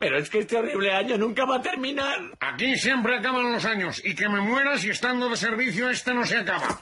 Pero es que este horrible año nunca va a terminar. Aquí siempre acaban los años y que me muera si estando de servicio este no se acaba.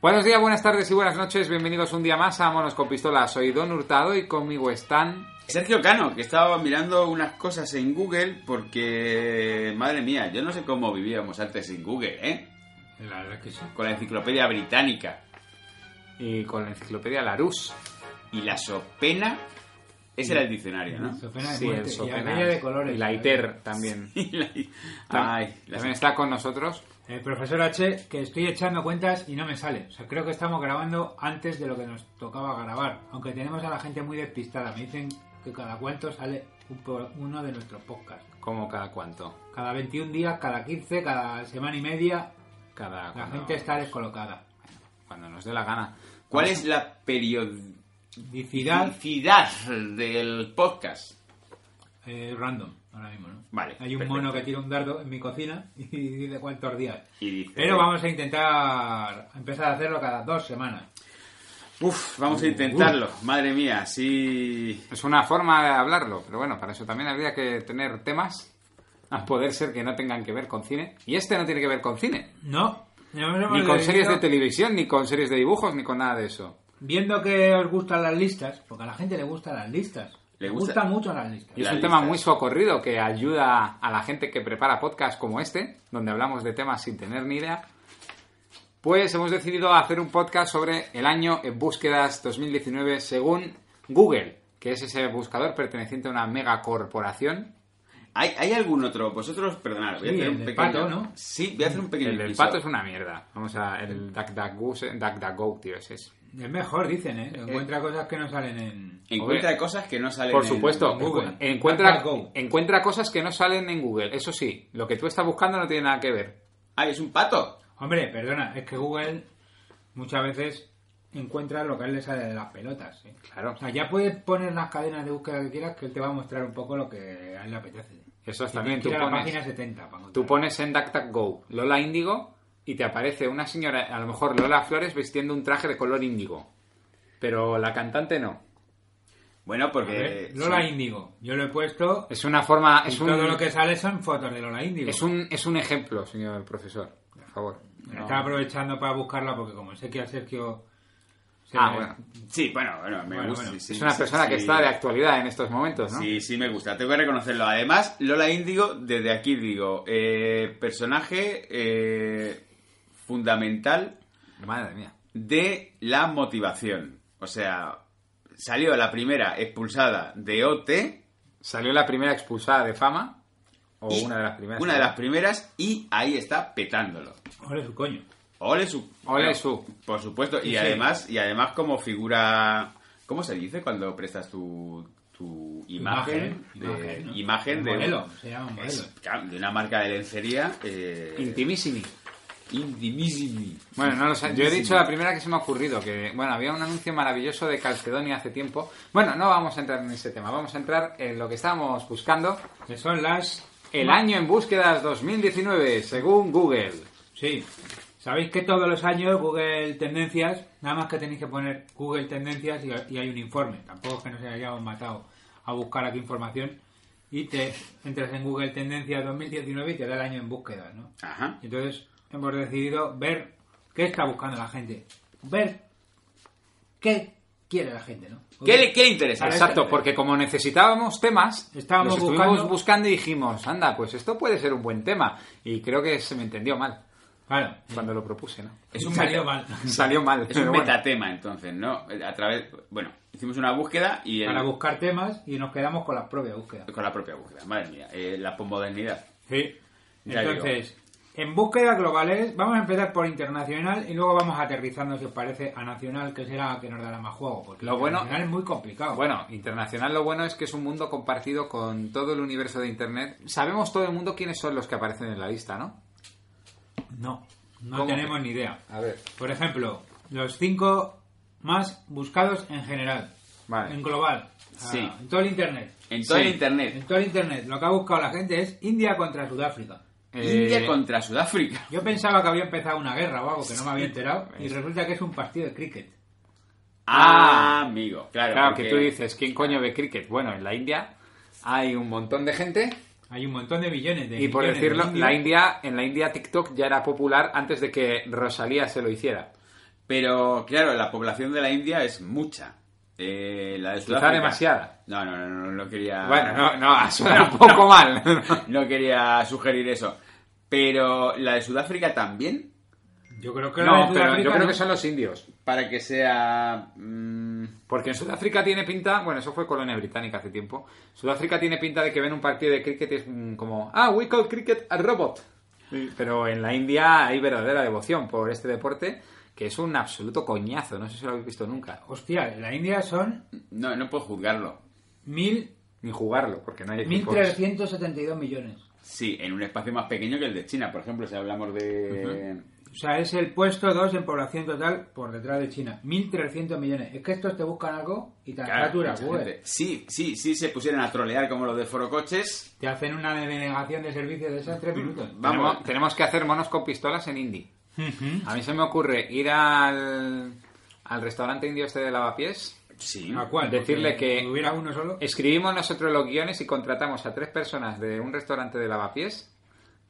Buenos días, buenas tardes y buenas noches. Bienvenidos un día más a Monos con Pistola. Soy Don Hurtado y conmigo están. Sergio Cano, que estaba mirando unas cosas en Google porque, madre mía, yo no sé cómo vivíamos antes sin Google, ¿eh? La verdad es que sí. Con la enciclopedia británica Y con la enciclopedia Larus. y la sopena, ese era el diccionario, ¿no? Sofena de Sí, Puente, el y Sopena. aquella de colores. Y la ITER también. Y la- Ay, También la- está con nosotros. El Eh, profesor H, que estoy echando cuentas y no me sale. O sea, creo que estamos grabando antes de lo que nos tocaba grabar. Aunque tenemos a la gente muy despistada. Me dicen que cada cuánto sale un po- uno de nuestros podcasts. Como cada cuánto. Cada 21 días, cada 15, cada semana y media, Cada. la cuando- gente está descolocada. Cuando nos dé la gana. ¿Cuál es la periodicidad Dicidad del podcast? eh, random, ahora mismo, ¿no? Vale, Hay un perfecto. mono que tira un dardo en mi cocina y dice cuántos días. Y dice- Pero vamos a intentar empezar a hacerlo cada dos semanas. Uf, Uh, vamos a intentarlo, madre mía, sí... Es una forma de hablarlo, pero bueno, para eso también habría que tener temas a poder ser que no tengan que ver con cine. Y este no tiene que ver con cine. No, no nos hemos Ni con decidido- series de televisión, ni con series de dibujos, ni con nada de eso. Viendo que os gustan las listas, porque a la gente le gustan las listas. Le Le gusta- gustan mucho las listas. Y es La un lista. tema muy socorrido que ayuda a la gente que prepara podcasts como este, donde hablamos de temas sin tener ni idea. Pues hemos decidido hacer un podcast sobre el año en búsquedas 2019 según Google, que es ese buscador perteneciente a una megacorporación. ¿Hay, hay algún otro? Vosotros, perdonad, voy a Sí, hacer el un del pequeño... pato, ¿no? Sí, voy a hacer un pequeño... El del inciso. pato es una mierda. Vamos a... El DuckDuckGo, ese- DuckDuckGo, tío, ese es... Es mejor, dicen, ¿eh? Que Encuentra cosas que no salen en... Encuentra cosas que no salen Por en- supuesto, en Google. Encuentra, Eh, DuckDuckGo. encuentra cosas que no salen en Google. Eso sí, lo que tú estás buscando no tiene nada que ver. ¡Ay, es un pato! Hombre, perdona, es que Google muchas veces encuentra lo que a él le sale de las pelotas. ¿eh? Claro. O sea, ya puedes poner las cadenas de búsqueda que quieras que él te va a mostrar un poco lo que a él le apetece. Eso es Y también tú tienes que ir a la pones- página 70 para encontrar. Tú pones en DuckDuckGo Lola Índigo y te aparece una señora, a lo mejor Lola Flores, vistiendo un traje de color índigo. Pero la cantante no. Bueno, A ver, porque... Lola sí. Índigo. Yo lo he puesto... Es una forma. Es y todo un, lo que sale son fotos de Lola Índigo. es un, es un ejemplo, señor profesor. Por favor. Me la Estaba aprovechando para buscarla porque como sé que a Sergio... se Ah, le- bueno. Sí, bueno, bueno, me Bueno, gusta. bueno, sí, es una sí, persona que sí. está de actualidad en estos momentos, ¿no? Sí, sí, me gusta, tengo que reconocerlo. Además, Lola Índigo, desde aquí digo, eh, personaje eh, fundamental Madre mía. de la motivación. O sea, salió la primera expulsada de OT, Salió la primera expulsada de fama. O y una de las primeras. una de las primeras, y ahí está petándolo. Ole su coño. Ole su. Ole bueno, su. Por supuesto, y Sí, sí. además, y además como figura. ¿Cómo se dice cuando prestas tu, tu imagen? Imagen, imagen, ¿no? imagen de. Modelo, se llama modelo. Es, claro, de una marca de lencería. Eh, Intimissimi. Indimissimi. Bueno, no lo sé. Yo he dicho la primera que se me ha ocurrido, que bueno, había un anuncio maravilloso de Calcedonia hace tiempo. Bueno, no vamos a entrar en ese tema, vamos a entrar en lo que estábamos buscando. Que son las... El año en búsquedas 2019, según Google. Sí. Sabéis que todos los años Google Tendencias, nada más que tenéis que poner Google Tendencias y, y hay un informe. Tampoco es que nos hayamos matado a buscar aquí información. Y te entras en Google Tendencias 2019 y te da el año en búsqueda, ¿no? Ajá. Y Entonces hemos decidido ver qué está buscando la gente. Ver qué quiere la gente, ¿no? ¿Qué le, qué le interesa? Exacto, porque como necesitábamos temas, Estábamos los estuvimos buscando- buscando... y dijimos, anda, pues esto puede ser un buen tema. Y creo que se me entendió mal Claro. cuando lo propuse, ¿no? Es un salió meta- mal. Salió mal. Es un pero bueno. metatema, entonces, ¿no? A través... Bueno, hicimos una búsqueda y... el- Para buscar temas y nos quedamos con las propias búsquedas. Con la propia búsqueda, madre mía. eh, la posmodernidad. Sí. Ya Entonces, en búsquedas globales, vamos a empezar por internacional y luego vamos aterrizando, si os parece, a nacional, que será la que nos dará más juego. Porque Lo bueno- internacional es muy complicado. Bueno, internacional lo bueno es que es un mundo compartido con todo el universo de Internet. Sabemos todo el mundo quiénes son los que aparecen en la lista, ¿no? No, no ¿Cómo tenemos que? ni idea. A ver. Por ejemplo, los cinco más buscados en general. Vale. En global. Sí. Ah, En todo el internet. En todo Sí. el internet. En todo el internet. Lo que ha buscado la gente es India contra Sudáfrica. India Eh, contra Sudáfrica. Yo pensaba que había empezado una guerra o algo que no me había enterado y resulta que es un partido de cricket. Ah, amigo. Claro, Claro, porque- que tú dices, ¿quién coño ve cricket? Bueno, en la India hay un montón de gente Hay un montón de millones de y por millones de decirlo, indios. la India, en la India TikTok ya era popular antes de que Rosalía se lo hiciera. Pero claro, la población de la India es mucha. Eh, la de Sudáfrica. demasiada. No, no, no, no, no quería. Bueno, no, no, suena un poco mal. No quería sugerir eso. Pero la de Sudáfrica también, Yo creo que la de no, pero Sudáfrica yo creo no. que son los indios. para que sea. mm, Porque en Sudáfrica tiene pinta, bueno, eso fue colonia británica hace tiempo. Sudáfrica tiene pinta de que ven un partido de cricket y es mm, como, ah, we call cricket a robot. Pero en la India hay verdadera devoción por este deporte, que es un absoluto coñazo, no sé si lo habéis visto nunca. Hostia, en la India son no, no puedo juzgarlo. mil- Ni jugarlo, porque no hay equipos. 1.372 millones. Sí, en un espacio más pequeño que el de China, por ejemplo, si hablamos de. O sea, es el puesto 2 en población total por detrás de China. 1.300 millones. Es que estos te buscan algo y te Claro, satura, mucha pues. Google. gente. Sí, sí, sí, se pusieron a trolear como los de Forocoches. Te hacen una denegación de servicio de esos tres minutos. Tenemos, tenemos que hacer monos con pistolas en indie. A mí se me ocurre ir al, al restaurante indio este de lavapiés. Sí. ¿A cuál? Decirle Porque que- hubiera uno solo. Escribimos nosotros los guiones y contratamos a tres personas de un restaurante de lavapiés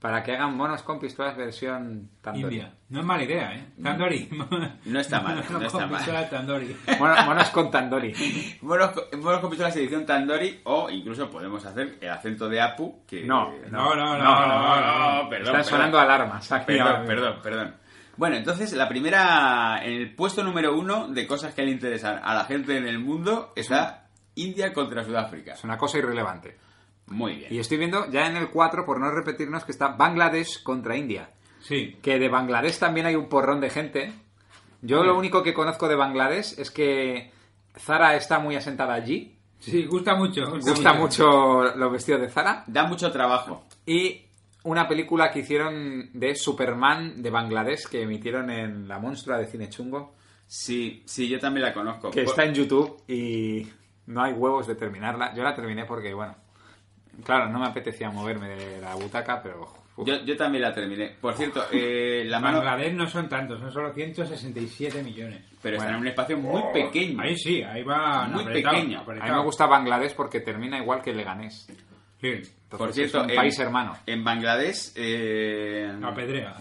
para que hagan monos con pistolas versión tandoori. India. No es mala idea, ¿eh? Tandori. No está mal, no está mal. Tandori. Mono- monos con tandoori. Buenos, co- buenos capítulos de la edición Tandori o incluso podemos hacer el acento de Apu que... No, No, no, no, no, no, no, no, Están perdón. perdón. sonando alarmas. aquí ahora Perdón, mismo. perdón, perdón. Bueno, entonces la primera, en el puesto número uno de cosas que le interesan a la gente en el mundo está India contra Sudáfrica. Es una cosa irrelevante. Muy Y bien. estoy viendo ya en el 4, por no repetirnos, que está Bangladesh contra India. Sí. Que de Bangladesh también hay un porrón de gente. Yo lo único que conozco de Bangladesh es que Zara está muy asentada allí. Ah, Sí, gusta mucho. Gusta mucho los vestidos de Zara. Da mucho trabajo. Y una película que hicieron de Superman de Bangladesh que emitieron en La Monstrua de Cine Chungo, Sí, sí, yo también la conozco. que Bu- está en YouTube y no hay huevos de terminarla. Yo la terminé porque, bueno, claro, no me apetecía moverme de la butaca, pero... uf, yo, yo también la terminé. Por cierto, eh, la mano... Bangladesh no son tantos, son solo 167 millones. Pero Bueno. está Oh, en un espacio muy pequeño. Ahí sí, ahí va Muy apretado, pequeño. a apretado. mí me gusta Bangladesh porque termina igual que Leganés. Sí, Por Entonces, cierto, es un en- país hermano. En Bangladesh... eh, Mm. la pedrea.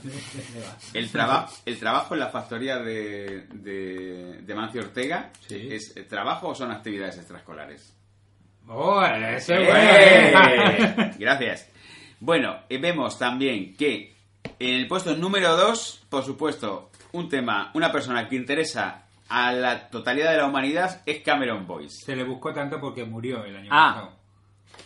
El, traba- el trabajo en la factoría de, de, de Mancio Ortega Sí. es eh, trabajo o son actividades extraescolares. ¡Oh, ese ¡Eh! güey! Gracias. Bueno, eh, vemos también que en el puesto número 2, por supuesto, un tema, una persona que interesa a la totalidad de la humanidad es Cameron Boyce. Se le buscó tanto porque murió el año Ah, pasado.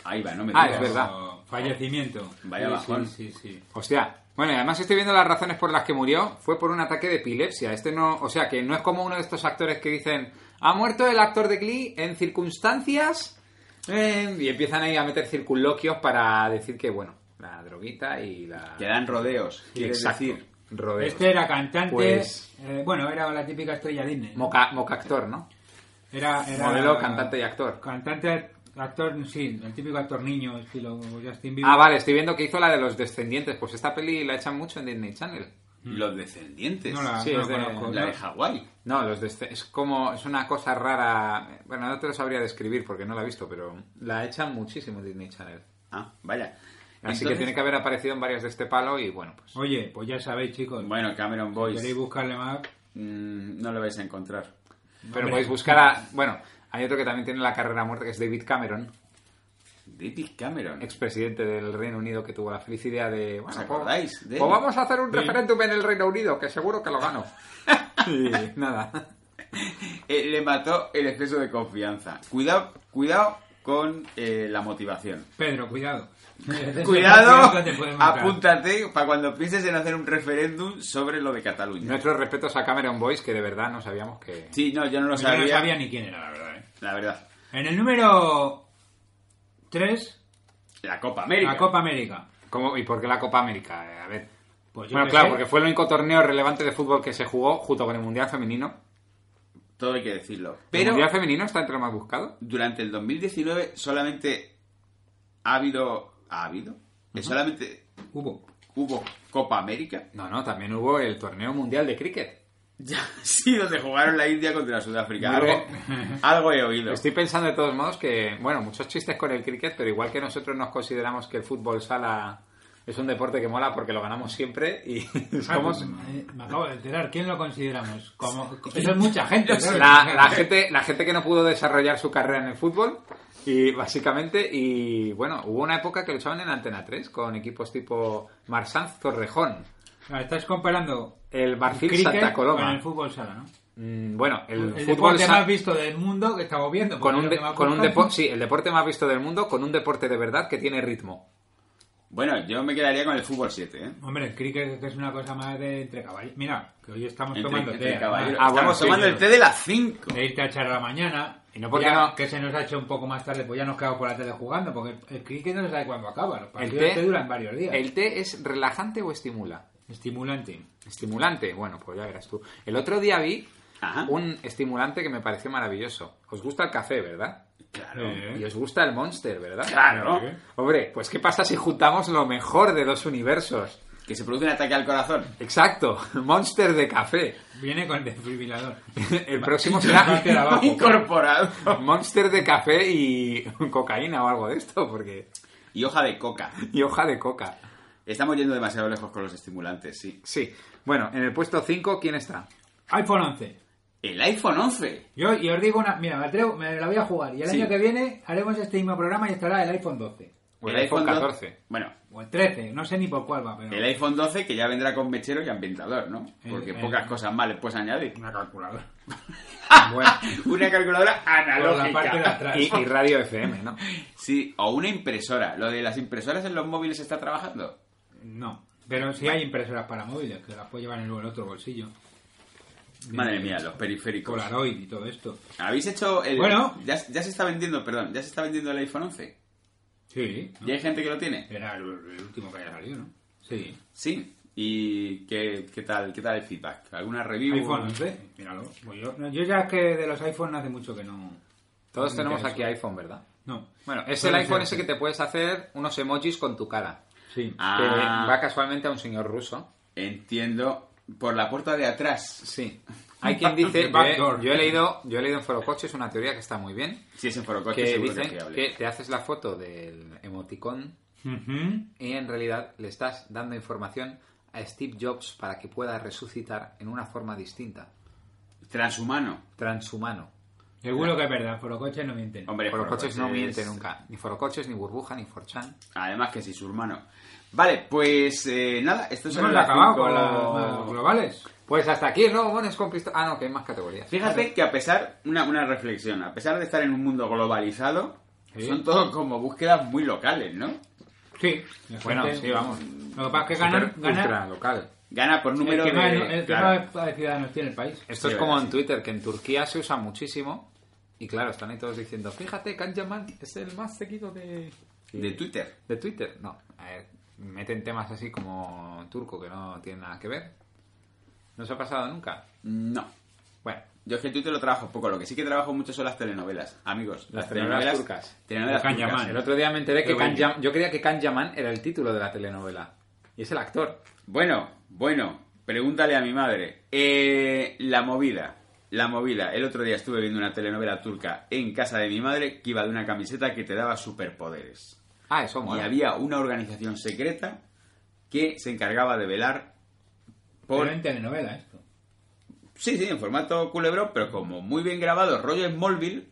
Ahí va, no me Ah, digas. es verdad. Pero Fallecimiento. Vaya Sí, bajón. Sí, sí, sí. Hostia. Bueno, y además estoy viendo las razones por las que murió. Fue por un ataque de epilepsia. Este no, o sea, que no es como uno de estos actores que dicen ha muerto el actor de Glee en circunstancias eh, y empiezan ahí a meter circunloquios para decir que bueno, la droguita y la Que dan rodeos, quieres Exacto. decir. rodeos. Este era cantante. Pues- eh, bueno, era la típica estrella Disney. moca, moca actor, ¿no? Era, era- Modelo, cantante y actor. Cantante, actor, sí, el típico actor niño, estilo Justin Bieber. Ah, vale, estoy viendo que hizo la de los descendientes. Pues esta peli la echan mucho en Disney Channel. Los descendientes. No la, Sí, no la es de- conozco. La ¿no? de Hawái. No, los desce- es como es una cosa rara. Bueno, no te lo sabría describir porque no la he visto, pero la echan muchísimo en Disney Channel. Ah, vaya. Así que Entonces- tiene que haber aparecido en varias de este palo y bueno, pues. Oye, pues ya sabéis, chicos. Bueno, Cameron si Boyce. queréis buscarle más. Mm, no lo vais a encontrar. Pero podéis buscar a. Bueno, hay otro que también tiene la carrera a muerte, que es David Cameron, David Cameron. expresidente del Reino Unido, que tuvo la feliz idea de. Bueno, acordáis de Pues él? vamos a hacer un referéndum en el Reino Unido, que seguro que lo gano. y nada. Eh, le mató el exceso de confianza. Cuidado, cuidado con eh, la motivación. Pedro, cuidado. Cuidado, Te puede matar. apúntate para cuando pienses en hacer un referéndum sobre lo de Cataluña. Nuestros respetos a Cameron Boyce, que de verdad no sabíamos que. Sí, no, yo no lo Yo sabía. ¿eh? no sabía ni quién era, la verdad. ¿eh? La verdad. En el número 3, La Copa América. la Copa América. ¿Cómo- ¿Y por qué la Copa América? Eh, A ver. Pues yo bueno, qué claro, sé. porque fue el único torneo relevante de fútbol que se jugó junto con el Mundial Femenino. Todo hay que decirlo. ¿El Pero Mundial Femenino está entre los más buscados? durante el 2019 solamente ha habido... ¿Ha habido? Eh, Solamente Hubo. hubo Copa América. No, no, también hubo el Torneo Mundial de Cricket. Ya, sí, donde jugaron la India contra Sudáfrica. Muy Algo, algo he oído. Este- Estoy pensando de todos modos que, bueno, muchos chistes con el cricket, pero igual que nosotros nos consideramos que el fútbol sala es un deporte que mola porque lo ganamos siempre y somos... Eh, Me acabo de enterar. ¿Quién lo consideramos? Como... Eso es mucha gente. claro. La, la gente, la gente que no pudo desarrollar su carrera en el fútbol, y básicamente, y bueno, hubo una época que lo echaban en Antena 3 con equipos tipo Marsanz Torrejón, Ah, Estás comparando el Barfil cricket Santa con el Coloma. fútbol sala, ¿no? Mm, Bueno, el, El fútbol deporte sala... más visto del mundo que estamos viendo. con un, de- porque es lo que más con un buscan. depo- sí, el deporte más visto del mundo, con un deporte de verdad que tiene ritmo. Bueno, yo me quedaría con el fútbol 7, ¿eh? Hombre, el cricket que es una cosa más de entre caballos. Mira, que hoy estamos Entre- tomando entre té. caballeros. Ah, además, bueno, Estamos sí, tomando yo- el té de las 5. De irte a echar a la mañana. Y no, ¿por qué Ya no? Que se nos ha hecho un poco más tarde, pues ya nos quedamos por la tele jugando, porque el- el cricket no se sabe cuándo acaba. Los El partidos té, te duran varios días. ¿El té es relajante o estimula? Estimulante. Estimulante, bueno, pues ya verás tú. El otro día vi Ajá. un estimulante que me pareció maravilloso. Os gusta el café, ¿verdad? Claro. Eh, Y os gusta el Monster, ¿verdad? Claro. ¿Eh? Hombre, pues ¿qué pasa si juntamos lo mejor de dos universos? Que se produce un ataque al corazón. Exacto, Monster de café. Viene con desfibrilador. El próximo parte de será abajo. Incorporado. Monster de café y cocaína o algo de esto, porque... Y hoja de coca. Y hoja de coca. Estamos yendo demasiado lejos con los estimulantes, sí. Sí. Bueno, en el puesto 5, ¿quién está? iPhone 11. El iPhone 11. Yo y os digo una... Mira, me atrevo, me la voy a jugar. Y el Sí. año que viene haremos este mismo programa y estará el iPhone 12. O el iPhone 12. 14. Bueno, O el 13. No sé ni por cuál va, pero... el iPhone 12 que ya vendrá con mechero y ambientador, ¿no? El- Porque el- pocas cosas más le puedes añadir. Una calculadora. Bueno, Una calculadora Por la parte de analógica. atrás. y, y Radio FM, ¿no? Sí, o una impresora. ¿Lo de las impresoras en los móviles está trabajando? No. Pero sí hay impresoras para móviles, que las puedo llevar en el otro bolsillo. Madre mía, los periféricos. pues Polaroid y todo esto. ¿Habéis hecho el... Bueno. Ya, ya se está vendiendo, perdón, ya se está vendiendo el iPhone 11. Sí. ¿no? ¿Y hay gente que lo tiene? Era el, el último que haya salido, ¿no? Sí. Sí. ¿Y qué, qué tal qué tal el feedback? ¿Alguna review? iPhone ¿eh? 11. Míralo. Pues yo, no, yo ya es que de los iPhone hace mucho que no... Todos no me tenemos interesa. aquí iPhone, ¿verdad? No. Bueno, es Solo el iPhone sé- ese que te puedes hacer unos emojis con tu cara. Sí. Ah. Que va casualmente a un señor ruso. Entiendo. Por la puerta de atrás. Sí. Hay quien dice, yo he, Backdoor. yo he leído, yo he leído en Foro Coches una teoría que está muy bien, Si es en Forocoche, que seguro dicen Pues que es fiable. que te haces la foto del emoticón Ujú. y en realidad le estás dando información a Steve Jobs para que pueda resucitar en una forma distinta, Transhumano. transhumano. Seguro que es verdad, por los coches no mienten. Hombre, Forocoches Forocoches- no miente nunca. Ni Forocoches, ni Burbuja, ni Forchan. Además que sí, su hermano. Vale, pues eh, nada, esto Nos son hemos las acabado cinco- con las- las globales. Pues hasta aquí, ¿no? Bueno, es complicado. Ah, no, que hay más categorías. Fíjate que a pesar, una, una reflexión, a pesar de estar en un mundo globalizado, Sí. son todos como búsquedas muy locales, ¿no? Sí. Bueno, sí, vamos. Lo que pasa es que ganan, Super ultra ganan local. Gana por el número que, de... más, el que claro. más ciudadanos tiene el país. Esto Sí, es como verdad, en Twitter, que en Turquía se usa muchísimo. Y claro, están ahí todos diciendo, fíjate, Can Yaman es el más seguido de... De Twitter. ¿De Twitter? No. A ver, meten temas así como turco que no tienen nada que ver. ¿No se ha pasado nunca? No. Bueno, Yo es que en Twitter lo trabajo poco, lo que sí que trabajo mucho son las telenovelas, amigos. Las telenovelas turcas. Telenovelas Can turcas. Yaman. el otro día me enteré que Qué Can bueno. Yam- yo creía que Can Yaman era el título de la telenovela. Y es el actor. Bueno, bueno, pregúntale a mi madre. Eh, la movida, la movida. El otro día estuve viendo una telenovela turca en casa de mi madre que iba de una camiseta que te daba superpoderes. Ah, eso Y mola. había una organización secreta que se encargaba de velar Pero por... ¿Eh? en telenovela esto. Sí, sí, en formato culebrón, pero como muy bien grabado, rollo Smallville,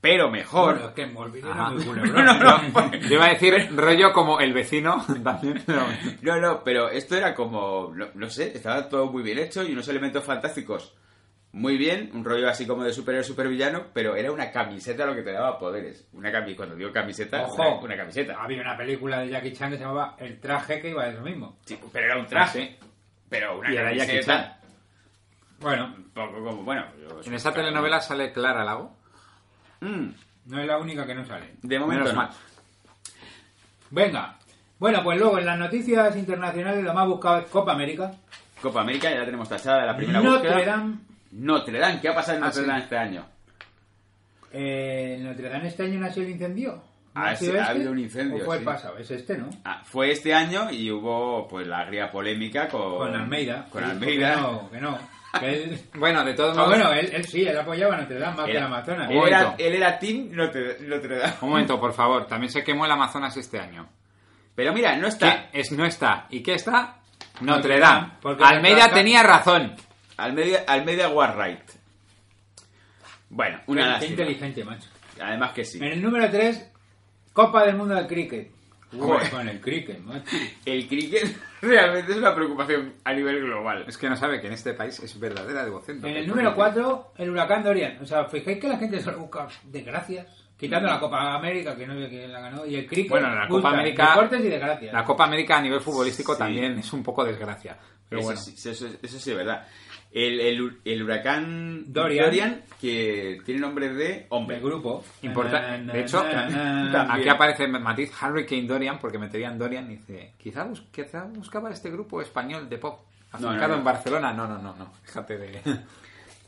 pero mejor. Bueno, es que Smallville Ajá. era muy No, culebrón. no, no. Yo iba a decir rollo como el vecino también. pero- No, no, pero esto era como, no, no sé, estaba todo muy bien hecho y unos elementos fantásticos. Muy bien, un rollo así como de superhéroe, supervillano, pero era una camiseta lo que te daba poderes. Una camiseta, cuando digo camiseta, Ojo. una, una camiseta. Había una película de Jackie Chan que se llamaba El traje que iba de lo mismo. Sí, pero era un traje, pero una Ah, Y era Jackie camiseta. Bueno, Un poco como, bueno. yo- En esa telenovela sale Clara Lago. Mm, no es la única que no sale. de momento Menos no. mal. Venga. Bueno, pues luego en las noticias internacionales lo más buscado es Copa América. Copa América ya la tenemos tachada, la primera Notre búsqueda. Dame. Notre Dame, ¿qué ha pasado en Ah, Notre sí. Dame este año? Eh, Notre Dame este año no ha sido el incendio. ¿No este? Ah, sí, ha habido un incendio, ¿O fue sí. el pasado? Es este, ¿no? Ah, fue este año y hubo pues la agria polémica con, Con Almeida. Con que dijo Almeida. Que no, que no. Que él... Bueno, de todos Ah, modos. bueno, él, él sí, él apoyaba a Notre Dame más que el Era- Amazonas. Él era, momento. él era Team Notre, Notre Dame. Un momento, por favor. También se quemó el Amazonas este año. Pero mira, no ¿Qué está. es, no está? ¿Y qué está? Notre Notre Dame. Dame, porque Almeida Notre Dame- tenía razón. Almeida, Almeida was right. Bueno, una Qué lástima. inteligente, macho. Además que sí. En el número 3, Copa del Mundo del Cricket. Uy, Joder. con el cricket, macho. El cricket realmente es una preocupación a nivel global. Es que no sabe que en este país es verdadera devoción. En el número 4, el huracán Dorian. O sea, fijáis que la gente solo busca desgracias. Quitando la Copa América, que no sé quién la ganó, y el cricket. Bueno, la Copa buscan América- Deportes y desgracias. La Copa América a nivel futbolístico Sí. también es un poco desgracia. Pero eso, bueno. sí, eso, eso sí es verdad. El, el hu- el huracán Dorian. que tiene nombre de hombre. del grupo. Importa- Na, na, de hecho, na, na, na. aquí También. aparece matiz Hurricane Dorian, porque meterían Dorian y dice, quizá, bus- quizá buscaba este grupo español de pop, No, afincado no, no. en Barcelona. No, no, no, no, déjate de...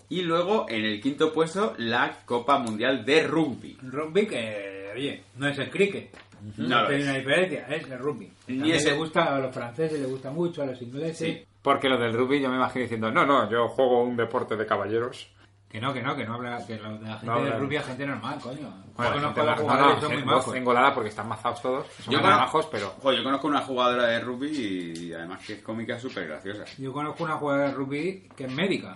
Y luego, en el quinto puesto, la Copa Mundial de Rugby. Rugby que, oye, no es el cricket. No lo tiene es. una diferencia, es el rugby. Ni También es le el- gusta a los franceses, le gusta mucho, a los ingleses. Sí. Porque lo del rugby yo me imagino diciendo, no, no, yo juego un deporte de caballeros. Que no, que no, que no habla, que lo de la gente No habla. del rugby es gente normal, coño. Bueno, yo conozco gente a los más- no, jugadores, no, son muy voz majos. engolada porque están mazados todos, son muy cono- majos, pero... Jo, yo conozco una jugadora de rugby y además que es cómica súper graciosa. Yo conozco una jugadora de rugby que es médica.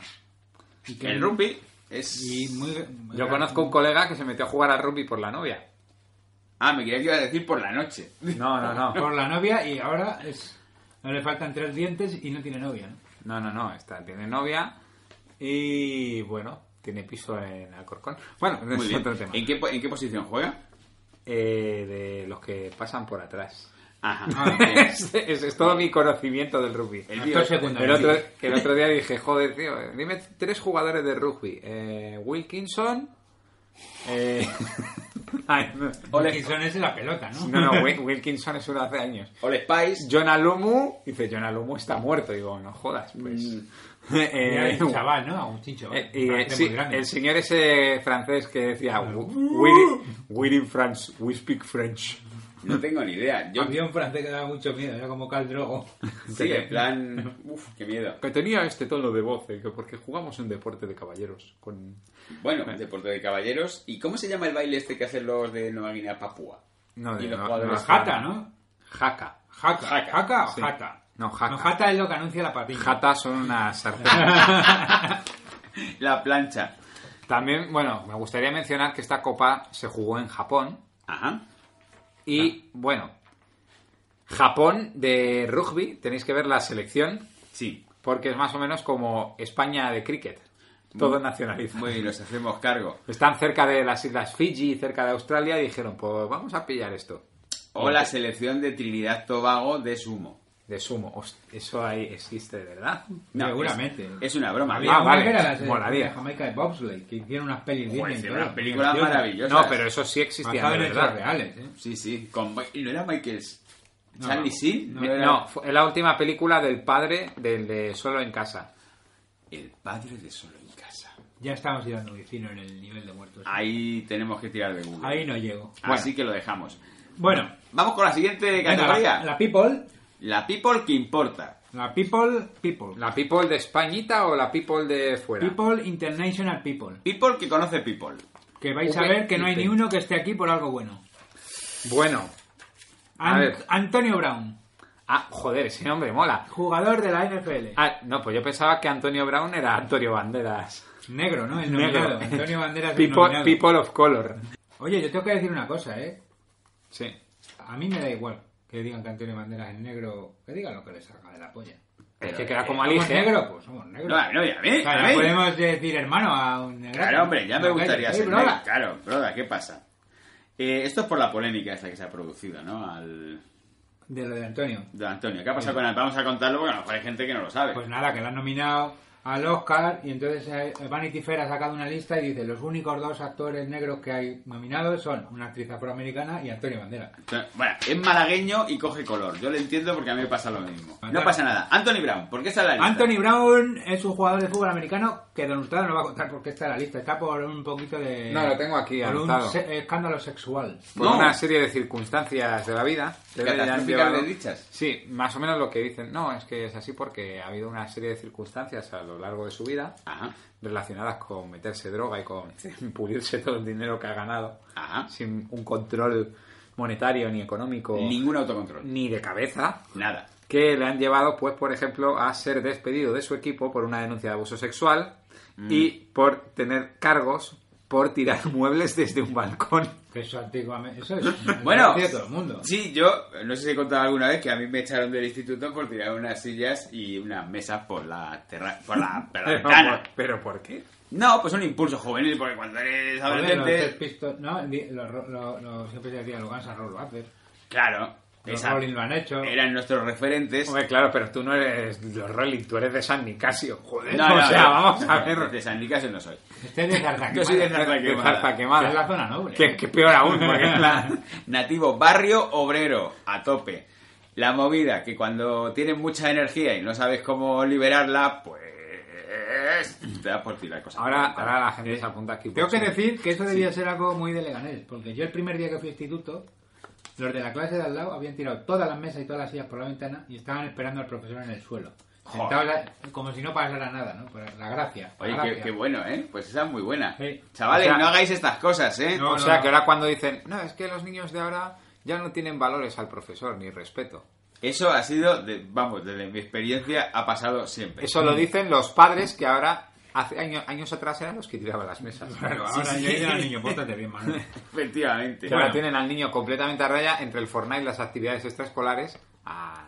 Y que- El rugby es... Y muy, Yo conozco un colega que se metió a jugar al rugby por la novia. Ah, me creía que iba a decir por la noche. No, no, no. Por la novia y ahora es... No le faltan tres dientes y no tiene novia, No, ¿no? no, no, está, tiene novia y bueno, tiene piso en Alcorcón. Bueno, Muy es bien. otro tema. ¿En qué, po- en qué posición juega? Eh, de los que pasan por atrás. Ajá. es, es- es todo mi conocimiento del rugby. El Actor secundario. El otro, que el otro día dije, joder, tío, dime tres jugadores de rugby. Eh, Wilkinson. eh, ay, no. Wilkinson es la pelota, ¿no? no, no, Wi- Wilkinson es uno de hace años. All Spice. John Alumu, dice, John Alumu está muerto. Digo, no jodas, pues. Y Eh, hay un Mm. chaval, ¿no? Agustín Chaval. Eh, y, eh, Parece sí, muy grande. el señor ese francés que decía we, we- we in France, we speak French. No tengo ni idea. Yo, Había un francés que daba mucho miedo, era como Caldrogo. sí, en plan... Uf, qué miedo. Que tenía este tono de voz, eh, que porque jugamos un deporte de caballeros. Con... Bueno, deporte de caballeros. ¿Y cómo se llama el baile este que hacen los de Nueva Guinea Papúa? No, Y de- los no- jugadores. no, Jata, ¿no? Jaca. Jaca. Jaca. Jaca, o Sí. Jata. No, Jaca. Jata es lo que anuncia la patilla. Jata son unas sartenes. La plancha. También, bueno, me gustaría mencionar que esta copa se jugó en Japón. Ajá. Y, bueno, Japón de rugby, tenéis que ver la selección, Sí. porque es más o menos como España de cricket. Todo nacionalizado. Muy bien, nos hacemos cargo. Están cerca de las islas Fiji, cerca de Australia, y dijeron, pues vamos a pillar esto. O la selección de Trinidad Tobago de sumo. De sumo. Host- Eso ahí existe, de verdad. No, Seguramente. Es, es una broma. Había Ah, una vale, que era la de- molaría. de Jamaica de Bobsley, que hicieron unas pelis Joder, Disney hicieron enteras. unas películas Dios, maravillosas. No, pero eso sí existía, Basado en de hechos verdad. reales, ¿eh? Sí, sí. Con... ¿Y no era Michaels? No, ¿Charlie no. Sheen? Me- era- No, fue la última película del padre del de Solo en Casa. El padre de Solo en Casa. Ya estamos tirando vecino en el nivel de muertos. Ah. Ahí tenemos que tirar de Google. Ahí no llego. Así que lo dejamos. Bueno, Vamos con la siguiente venga, categoría. la, la... la people, people que importa. la people, people. ¿La people de Españita o la people de fuera? People International People. People que conoce people. Que vais a Ujú. ver que no hay ni Ujú. uno que esté aquí por algo bueno. Bueno, A Ant- ver. Antonio Brown. Ah, joder, ese nombre mola. Jugador de la NFL. Ah, no, pues yo pensaba que Antonio Brown era Antonio Banderas. Negro, ¿no? El Negro. nominado. Antonio Banderas el People, nominado. people of color. Oye, yo tengo que decir una cosa, ¿eh? Sí. A mí me da igual que digan que Antonio Banderas es negro, que digan lo que les salga de la polla. Es que queda Eh, como ¿Somos Alige. negros? Pues somos negros. No, a mí, a mí, O sea, a no mí. podemos decir hermano a un negro. Claro, hombre, ya me pues, No, gustaría cállate, ser. oye, broda. negro. Claro, broda, ¿qué pasa? Eh, esto es por la polémica esta que se ha producido, ¿no? Al, De lo de Antonio. de Antonio. ¿Qué ha pasado con él? Vamos a contarlo porque a lo mejor hay gente que no lo sabe. Pues nada, que lo han nominado al Oscar y entonces eh, Vanity Fair ha sacado una lista y dice los únicos dos actores negros que hay nominados son una actriz afroamericana y Antonio Banderas. Entonces, Bueno, es malagueño y coge color. Yo lo entiendo porque a mí me pasa lo mismo. No Antonio- pasa nada. Anthony Brown, ¿por qué está en la lista? Anthony Brown es un jugador de fútbol americano que Don Hurtado no va a contar porque está en la lista. Está por un poquito de... No, lo tengo aquí Por un anotado. se- escándalo sexual. Por No. una serie de circunstancias de la vida. que le han Catastróficas llevado- desdichas. Sí, más o menos lo que dicen. No, es que es así porque ha habido una serie de circunstancias a lo largo de su vida Ajá, relacionadas con meterse droga y con pulirse todo el dinero que ha ganado ajá. sin un control monetario ni económico Ningún autocontrol. ni de cabeza Nada. que le han llevado, pues, por ejemplo, a ser despedido de su equipo por una denuncia de abuso sexual y por tener cargos por tirar muebles desde un balcón. Que eso antiguamente... Eso es... Bueno, de todo el mundo. sí, yo eh, no sé si he contado alguna vez que a mí me echaron del instituto por tirar unas sillas y unas mesas por la terra por la, por la Pero, ventana. ¿por- pero ¿por qué? No, pues un impulso juvenil, porque cuando eres Joder, los Sex adolescente. Pistols- no, di- lo- lo- lo- lo- siempre se decía los Guns N' Roses lo hacen. Claro, Los esa- Rolling lo han hecho. eran nuestros referentes. Eh, Hombre, claro, pero tú no eres los Rolling, tú eres de San Nicasio. Joder, No, no, o sea, no. vamos a De ver. San Nicasio no soy. Este es de Zarzaquemada. Yo soy de Zarza Zarza quemada. quemada. quemada. Es la zona noble. Que, que peor aún, porque es la- Nativo, barrio obrero, a tope. La movida, que cuando tienes mucha energía y no sabes cómo liberarla, pues te das por ti la cosa. Ahora, ahora la gente se apunta aquí. Tengo por que si- decir que eso debía ser algo muy de Leganés, porque yo el primer día que fui al instituto, los de la clase de al lado habían tirado todas las mesas y todas las sillas por la ventana y estaban esperando al profesor en el suelo. Joder. Sentados a- como si no pasara nada, ¿no? Por la gracia. la Oye, qué, gracia. qué bueno, ¿eh? Pues esa es muy buena. Sí. Chavales, O sea- no hagáis estas cosas, ¿eh? No, o no, sea, no. que ahora cuando dicen, no, es que los niños de ahora ya no tienen valores al profesor ni respeto. Eso ha sido, de- vamos, desde mi experiencia ha pasado siempre. Eso lo dicen los padres que ahora, hace año- años atrás, eran los que tiraban las mesas. Claro, Sí, ahora sí. yo diría al niño, pórtate bien, Manuel. Efectivamente. Que ahora tienen al niño completamente a raya entre el Fortnite y las actividades extraescolares. Ah,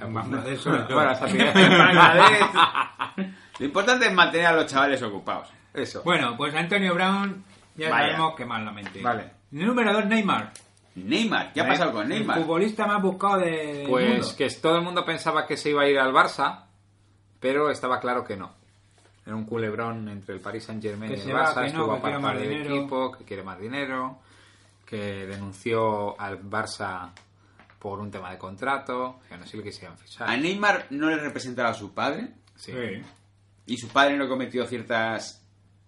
Bangladesh, sobre todo. Bueno, las actividades- Bangladesh. Lo importante es mantener a los chavales ocupados. Eso. Bueno, pues Antonio Brown, ya Vaya. sabemos que mal la mente. Vale. Número 2, Neymar. Neymar, ¿qué ha Ne- pasado con Neymar? El futbolista más buscado de Pues que todo el mundo pensaba que se iba a ir al Barça, pero estaba claro que no. Era un culebrón entre el Paris Saint Germain Que y se el va, Barça, que no, estuvo que quiere apartado más del dinero. equipo, que quiere más dinero, que denunció al Barça por un tema de contrato, que no sé lo quisieran fichar. A Neymar no le representaba a su padre Sí. y su padre no cometió ciertas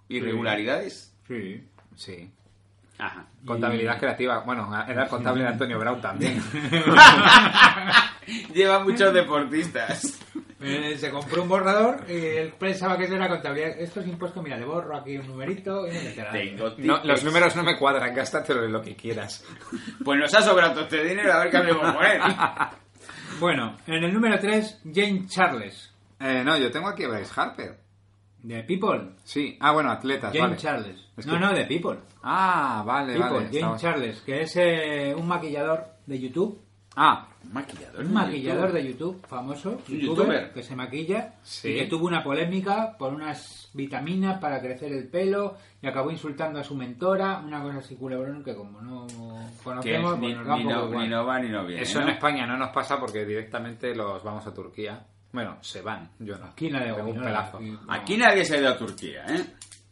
irregularidades. sí. sí. Ajá. Contabilidad creativa. Bueno, era el contable de Antonio Brown también. Lleva muchos deportistas. Eh, se compró un borrador y él pensaba que eso era contabilidad. Esto es impuesto, mira, le borro aquí un numerito y no me enteraré. Tengo No, tickets. los números no me cuadran, gástatelo en lo que quieras. Pues nos ha sobrado todo este dinero, a ver qué hacemos con él. Bueno, en el número 3, Jane Charles, Eh, no, yo tengo aquí a Bryce Harper. de People. Sí. Ah, bueno, atletas, Jane vale. Charles. Es No, que- no, de People. Ah, vale, People, vale. pues, Jane estamos- Charles, que es eh, un maquillador de YouTube. Ah, Maquillador. Un maquillador de YouTube famoso, Un youtuber, Mm, youtuber. que se maquilla Sí. y que tuvo una polémica por unas vitaminas para crecer el pelo y acabó insultando a su mentora, una cosa así culebrón que como no Que conocemos, pues ni, nos da un ni poco no, igual. ni no va ni no viene. eso ¿no? en España no nos pasa porque directamente los vamos a Turquía. Bueno, se van, yo no. Aquí nadie Tengo un opinó, pelazo. aquí- Aquí nadie se ha ido a Turquía, ¿eh?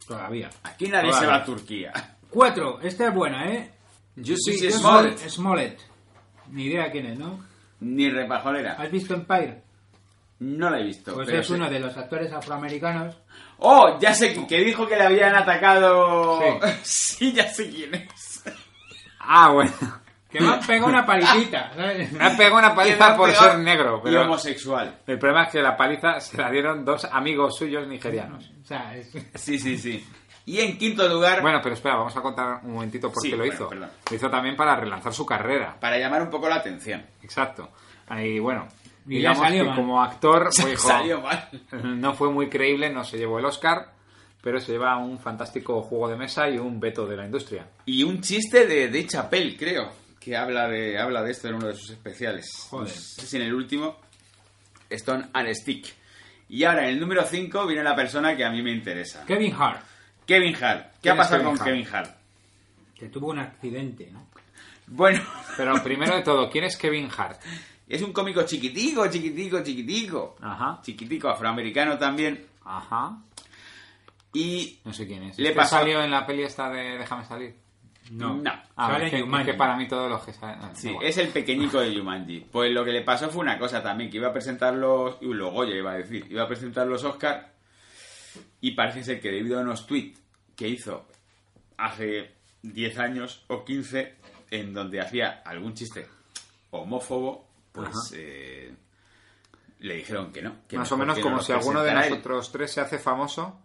Todavía. Aquí nadie Vale. se va a Turquía. Cuatro, esta es buena, ¿eh? Jussi Yo soy Smollett. Smollett. Ni idea quién es, ¿no? Ni repajolera. ¿Has visto Empire? No la he visto. Pues pero es sí. uno de los actores afroamericanos. Oh, ya sé que, que dijo que le habían atacado. Sí. Sí, ya sé quién es. Ah, bueno. Que me han pegado una palitita, ¿sabes? Ah. Me ha pegado una Que paliza no por peor ser negro, Y pero homosexual. el problema es que la paliza se la dieron dos amigos suyos nigerianos. O sea, es... Sí, sí, sí. Y en quinto lugar, Bueno, pero espera, vamos a contar un momentito por Sí, qué lo bueno, hizo. perdón. Lo hizo también para relanzar su carrera. para llamar un poco la atención. Exacto. Y bueno, Y le digamos salió que mal. como actor pues, dijo, Salió mal. no fue muy creíble, no se llevó el Oscar, pero se lleva un fantástico juego de mesa y un veto de la industria. Y un chiste de, de Chapel, creo, que habla de, habla de esto en uno de sus especiales. Joder. No sé si en el último. Stone and Stick. Y ahora, en el número 5, viene la persona que a mí me interesa. Kevin Hart, Kevin Hart. ¿Qué ¿Quién ha es pasado Kevin con Hart? Kevin Hart? que tuvo un accidente, ¿no? Bueno, Pero primero de todo, ¿quién es Kevin Hart? es un cómico chiquitico, chiquitico, chiquitico. Ajá. Chiquitico, afroamericano también. Ajá. Y No sé quién es. Le ¿Este pasó- salió en la peli esta de Déjame salir? No. No. Ah, Sale es que, en Jumanji. es que para mí todos los que salen... ah, Sí, da igual. es el pequeñico de Yumanji. Pues lo que le pasó fue una cosa también, que iba a presentar los... Y luego ya iba a decir, iba a presentar los Oscar y parece ser que debido a unos tweets que hizo hace 10 años o 15, en donde hacía algún chiste homófobo, pues eh, le dijeron que no. que Más o menos mejor que no como lo si alguno de presentara él. nosotros tres se hace famoso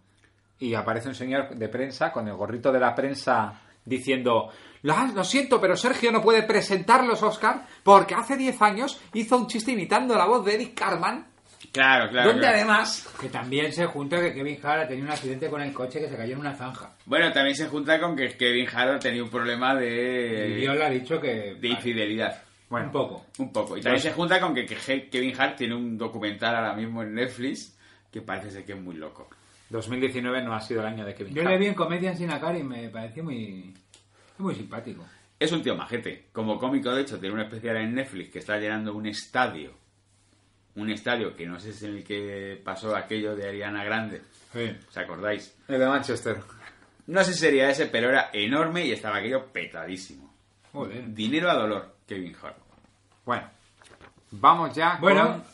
y aparece un señor de prensa con el gorrito de la prensa diciendo "La- lo siento, pero Sergio no puede presentar los Oscar porque hace 10 años hizo un chiste imitando la voz de Eric Carman, Claro, claro. donde claro. además... Que también se junta que Kevin Hart ha tenido un accidente con el coche que se cayó en una zanja. Bueno, también se junta con que Kevin Hart tenía un problema y Dios de, le ha dicho que... de infidelidad. Bueno, un poco. Un poco. Y también se junta con que, que He- Kevin Hart tiene un documental ahora mismo en Netflix que parece ser que es muy loco. 2019 no ha sido el año de Kevin Yo le Hart. vi en Comedia sin cara y me pareció muy, muy simpático. Es un tío majete. Como cómico, de hecho, tiene una especial en Netflix que está llenando un estadio. Un estadio que no sé si es el que pasó aquello de Ariana Grande. ¿Os acordáis? El de Manchester. No sé si sería ese, pero era enorme y estaba aquello petadísimo. Joder. Dinero a dolor, Kevin Hart. Bueno, vamos ya Bueno, con-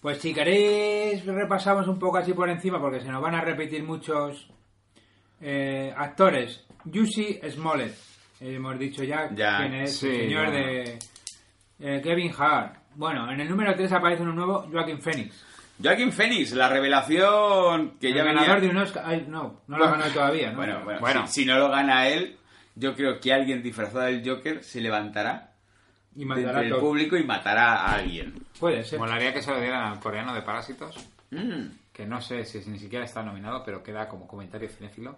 pues si queréis repasamos un poco así por encima porque se nos van a repetir muchos eh, actores. Jussi Smollett, eh, hemos dicho ya, Ya, quién es sí, el señor ya. de eh, Kevin Hart. Bueno, en el número 3 aparece un nuevo Joaquín Phoenix. Joaquin Phoenix, la revelación que El ya venía... ganador de un Oscar. Ay, no, no lo ha ganado todavía, ¿no? Bueno, bueno, Bueno. Si, si no lo gana él, yo creo que alguien disfrazado del Joker se levantará y del mandará todo. público y matará a alguien. Puede ser. Molaría que se lo dieran al coreano de Parásitos, Mm. que no sé si ni siquiera está nominado, pero queda como comentario cinéfilo.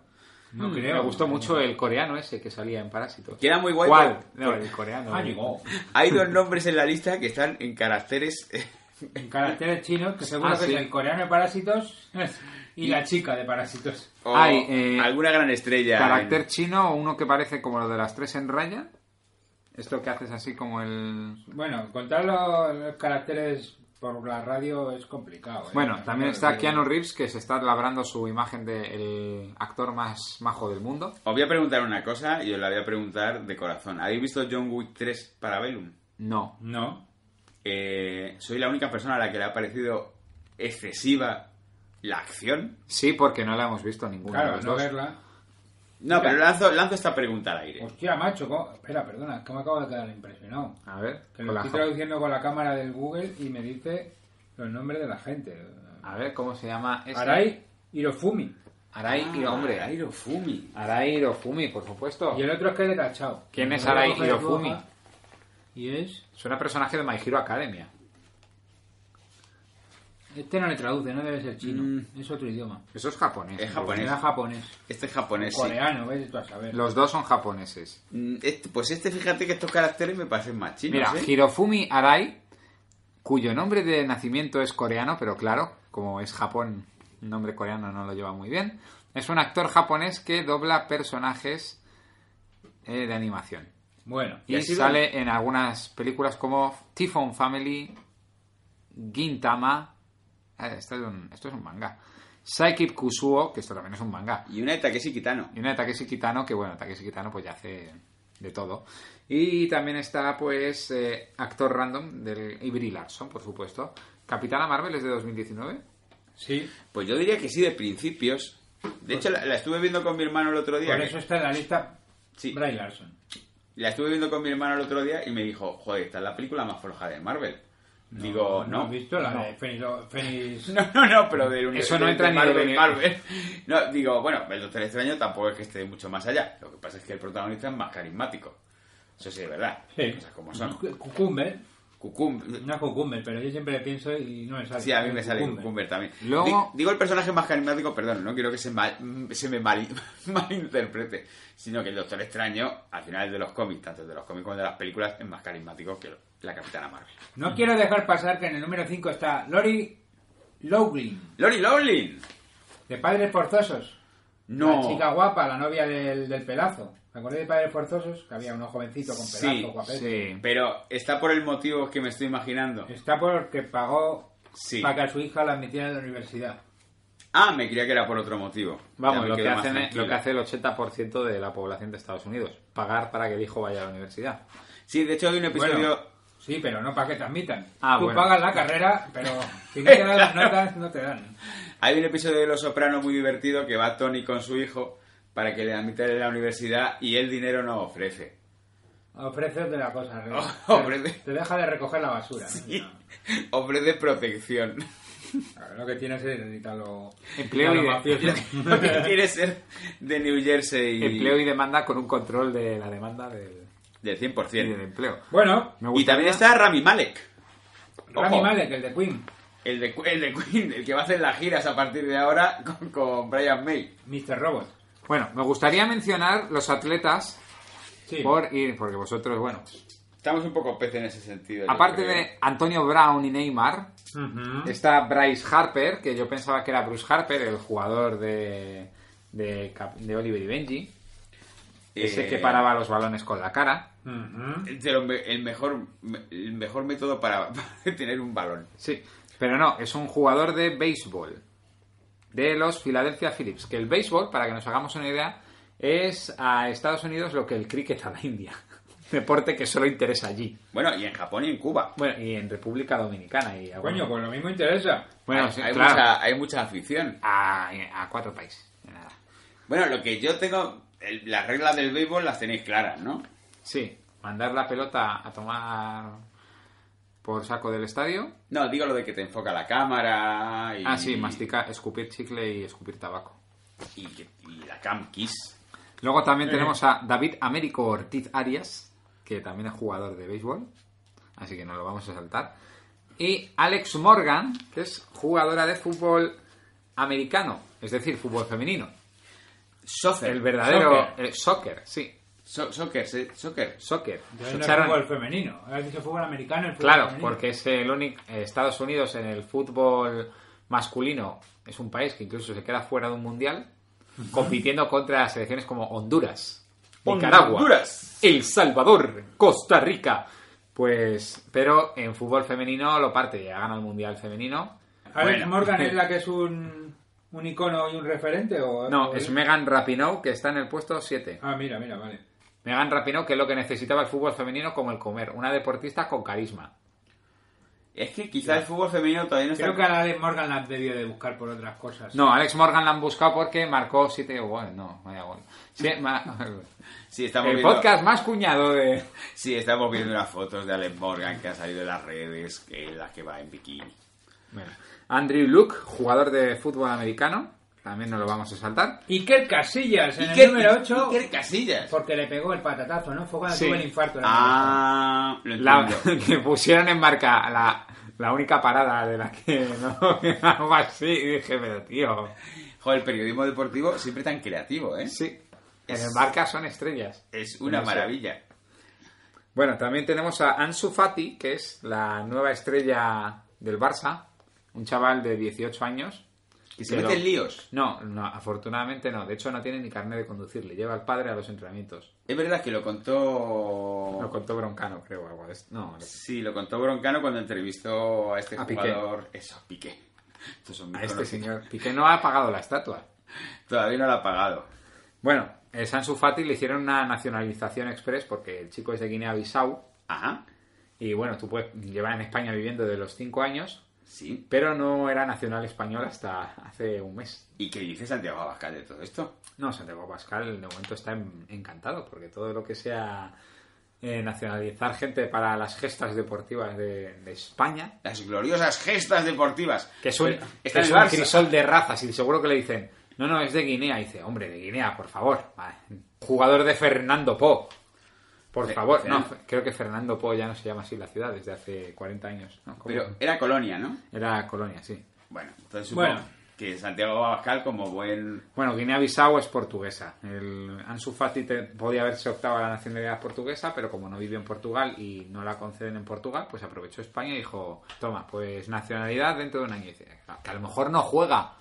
Mm, No creo. Me gustó mucho el coreano ese que salía en Parásitos. Queda muy guay. ¿Cuál? pero- No, eh. el coreano. Ah, el- digo, Hay dos nombres en la lista que están en caracteres. en caracteres chinos, que seguro Ah, que sí. es el coreano de Parásitos y la chica de Parásitos. o Hay, eh, alguna gran estrella. Carácter chino, uno que parece como lo de las tres en raya. Esto que haces así como el... Bueno, contar los, los caracteres por la radio es complicado. ¿eh? Bueno, también está Porque- Keanu Reeves, que se está labrando su imagen del actor más majo del mundo. Os voy a preguntar una cosa y os la voy a preguntar de corazón. ¿Habéis visto John Wick 3 para Bellum? No. No. Eh, soy la única persona a la que le ha parecido excesiva la acción. Sí, porque no la hemos visto ninguna de Claro, los no dos. verla. No, pero lanzo, lanzo esta pregunta al aire. Hostia, macho, ¿cómo- espera, perdona, es que me acabo de quedar impresionado. A ver, Que con lo la estoy ja- traduciendo con la cámara del Google y me dice los nombres de la gente. A ver, ¿cómo se llama ese? Arai Hirofumi. Arai, y hombre. Ah, Hirofumi. Arai Hirofumi, por supuesto. Y el otro es que es de Cachao. ¿Quién es Voy a Arai coger tu Hirofumi? hoja Y es... Suena a personaje de My Hero Academia. Este no le traduce, no debe ser chino. Es otro idioma. Eso es Mm. japonés. Es japonés. Era japonés. Este es japonés. sí. Coreano, vete tú a saber. Los dos son japoneses. Mm, este- pues este, fíjate que estos caracteres me parecen más chinos. Mira, ¿eh? Hirofumi Arai, cuyo nombre de nacimiento es coreano, pero claro, como es Japón, el nombre coreano no lo lleva muy bien. Es un actor japonés que dobla personajes eh, de animación. Bueno. Y, ha sido- sale en algunas películas como Typhoon Family, Gintama. eh, Esto es un, esto es un manga. Saikip Kusuo, que esto también es un manga. Y una de Takeshi Kitano. Y una de Takeshi Kitano, que bueno, Takeshi Kitano pues ya hace de todo. Y también está pues eh, actor random del y Brie Larson, por supuesto. Capitana Marvel es de 2019. Sí. Pues yo diría que sí, de principios. De hecho, la, la estuve viendo con mi hermano el otro día. Por que- eso está en la lista Sí. Bray Larson. La estuve viendo con mi hermano el otro día y me dijo, joder, esta es la película más floja de Marvel. Digo, no. ¿Has visto la no. de Fénix- Fénix? No, no, no, pero del universo Eso no de- entra de ni Marvel, del uni- Marvel. No, digo, bueno, el Doctor Extraño tampoco es que esté mucho más allá. Lo que pasa es que el protagonista es más carismático. Eso sí, es verdad. Sí. Cosas como son. Cucumber. Cucum. Una cucumber, pero yo siempre pienso y no me sale. Sí, a mí me sale Cucumber. Cucumber también. Luego- Di- digo el personaje más carismático, perdón, no quiero que se, mal- se me mal- malinterprete, sino que el Doctor Extraño, al final de los cómics, tanto de los cómics como de las películas, es más carismático que la Capitana Marvel. No quiero dejar pasar que en el número 5 está Lori Loughlin, ¡Lori Loughlin! de Padres Forzosos. No. La chica guapa, la novia del, del pelazo. ¿Me acordáis de Padres Forzosos? Que había uno jovencito con pelazo, Sí, guapete. Sí. Pero está por el motivo que me estoy imaginando. Está porque pagó Sí. para que a su hija la admitiera en la universidad. Ah, me creía que era por otro motivo. Ya Vamos, me lo que, quedo más hacen es- tranquilo. lo que hace el 80% de la población de Estados Unidos, pagar para que el hijo vaya a la universidad. Sí, de hecho hay un episodio... Bueno, sí, pero no para que te admitan. Ah, Tú bueno. pagas la carrera, pero si no te dan las notas, no te dan. Hay un episodio de Los Soprano muy divertido que va Tony con su hijo para que le admitan en la universidad y él dinero no ofrece. Ofreces de la cosa, ¿no? Oh, ofrece. Te deja de recoger la basura. ¿no? Y ofrece protección. Claro, lo que tienes es el italo... Empleo italo y- mafioso. Lo que quiere ser de New Jersey Empleo y demanda con un control de la demanda del, del y del 100%. empleo. Bueno, Me Y gustaría- también está Rami Malek. Rami Ojo, Malek, el de Queen. El de, el de Queen, el que va a hacer las giras a partir de ahora con, con Brian May. Mr. Robot. Bueno, me gustaría mencionar los atletas Sí. por ir, porque vosotros, bueno, Estamos un poco pez en ese sentido. yo aparte creo. de Antonio Brown y Neymar, Ujú. está Bryce Harper, que yo pensaba que era Bruce Harper, el jugador de, de, Cap- de Oliver y Benji, ese Eh, que paraba los balones con la cara. Ujú. de lo me- el mejor el mejor método para, para tener un balón. Sí, pero no, es un jugador de béisbol. De los Philadelphia Phillips. Que el béisbol, para que nos hagamos una idea, es a Estados Unidos lo que el cricket a la India. Deporte que solo interesa allí. Bueno, y en Japón y en Cuba. Bueno, y en República Dominicana. Y a- Coño, pues lo mismo interesa. bueno, hay, sí, hay claro, mucha, hay mucha afición. a, a cuatro países. de nada. Bueno, lo que yo tengo, el- las reglas del béisbol las tenéis claras, ¿no? Sí, mandar la pelota a tomar por saco del estadio. No, digo lo de que te enfoca la cámara y, Ah, sí, masticar, escupir chicle y escupir tabaco. y, que- y la cam kiss. Luego también Eh. tenemos a David Américo Ortiz Arias, que también es jugador de béisbol, así que no lo vamos a saltar. Y Alex Morgan, que es jugadora de fútbol americano, es decir, fútbol femenino. Soccer. El verdadero Soccer. el soccer, sí, So- soccer, se- soccer. soccer. Yo Se no echaron- fútbol femenino. Has dicho fútbol americano, el fútbol Claro, femenino. porque es el único eh, Estados Unidos en el fútbol masculino es un país que incluso se queda fuera de un mundial compitiendo contra selecciones como Honduras, Nicaragua, Honduras. El Salvador, Costa Rica. Pues, pero en fútbol femenino lo parte, ya gana el mundial femenino. Alex Bueno. Morgan es la que es un, un icono y un referente o No, o- es Megan Rapinoe que está en el puesto 7. Ah, mira, mira, vale. Megan Rapinoe que es lo que necesitaba el fútbol femenino como el comer, una deportista con carisma. Es que quizá el fútbol femenino todavía no está... Creo que a Alex Morgan la debió de buscar por otras cosas. No, Alex Morgan la han buscado porque marcó 7 goles. No, vaya gol. Sí, ma- Sí, estamos El viendo- podcast más cuñado de... Sí, estamos viendo unas fotos de Alex Morgan que ha salido en las redes, que es la que va en bikini. Andrew Luke, jugador de fútbol americano. También no lo vamos a saltar. Iker Casillas en Iker- el número 8 Iker Casillas. porque le pegó el patatazo, ¿no? Fue cuando Sí. tuvo el infarto. la Ah, lo La, entiendo. le pusieron en marca la, la única parada de la que no... Algo así. Y dije, pero tío... Joder, el periodismo deportivo siempre tan creativo, ¿eh? Sí. En el marca son estrellas. Es una No sé. maravilla. Bueno, también tenemos a Ansu Fati, que es la nueva estrella del Barça. Un chaval de 18 años. Que se Pero- meten líos. No, no, afortunadamente no. De hecho, no tiene ni carnet de conducir. Le lleva al padre a los entrenamientos. Es verdad que lo contó... Lo contó Broncano, creo, o algo de esto. No, le- Sí, lo contó Broncano cuando entrevistó a este A Piqué. jugador. Eso, Piqué. Estos son a mis este conocidos. señor. Piqué no ha pagado la estatua. Todavía no lo ha pagado. Bueno, el Sansu Fati le hicieron una nacionalización express porque el chico es de Guinea-Bissau. Ajá, Y bueno, tú puedes llevar en España viviendo de los 5 años, sí. pero no era nacional español hasta hace un mes. ¿Y qué dice Santiago Abascal de todo esto? No, Santiago Pascal de momento está en- encantado porque todo lo que sea eh, nacionalizar gente para las gestas deportivas de- de España Las gloriosas gestas deportivas. Que es un, Está que en es el un Barça. crisol de razas y seguro que le dicen, no, no, es de Guinea. Y dice, hombre, de Guinea, por favor. Vale. Jugador de Fernando Po. Por Fe- favor, no, Fernando. fe- creo que Fernando Po ya no se llama así la ciudad desde hace 40 años. ¿no? ¿Cómo? Pero era colonia, ¿no? Era colonia, sí. Bueno, entonces supongo Bueno. que Santiago Abascal como buen... Bueno, Guinea-Bissau es portuguesa. El Ansu Fati te- podía haberse optado a la nacionalidad portuguesa, pero como no vive en Portugal y no la conceden en Portugal, pues aprovechó España y dijo, toma, pues nacionalidad dentro de un año. Y dice, que a lo mejor no juega,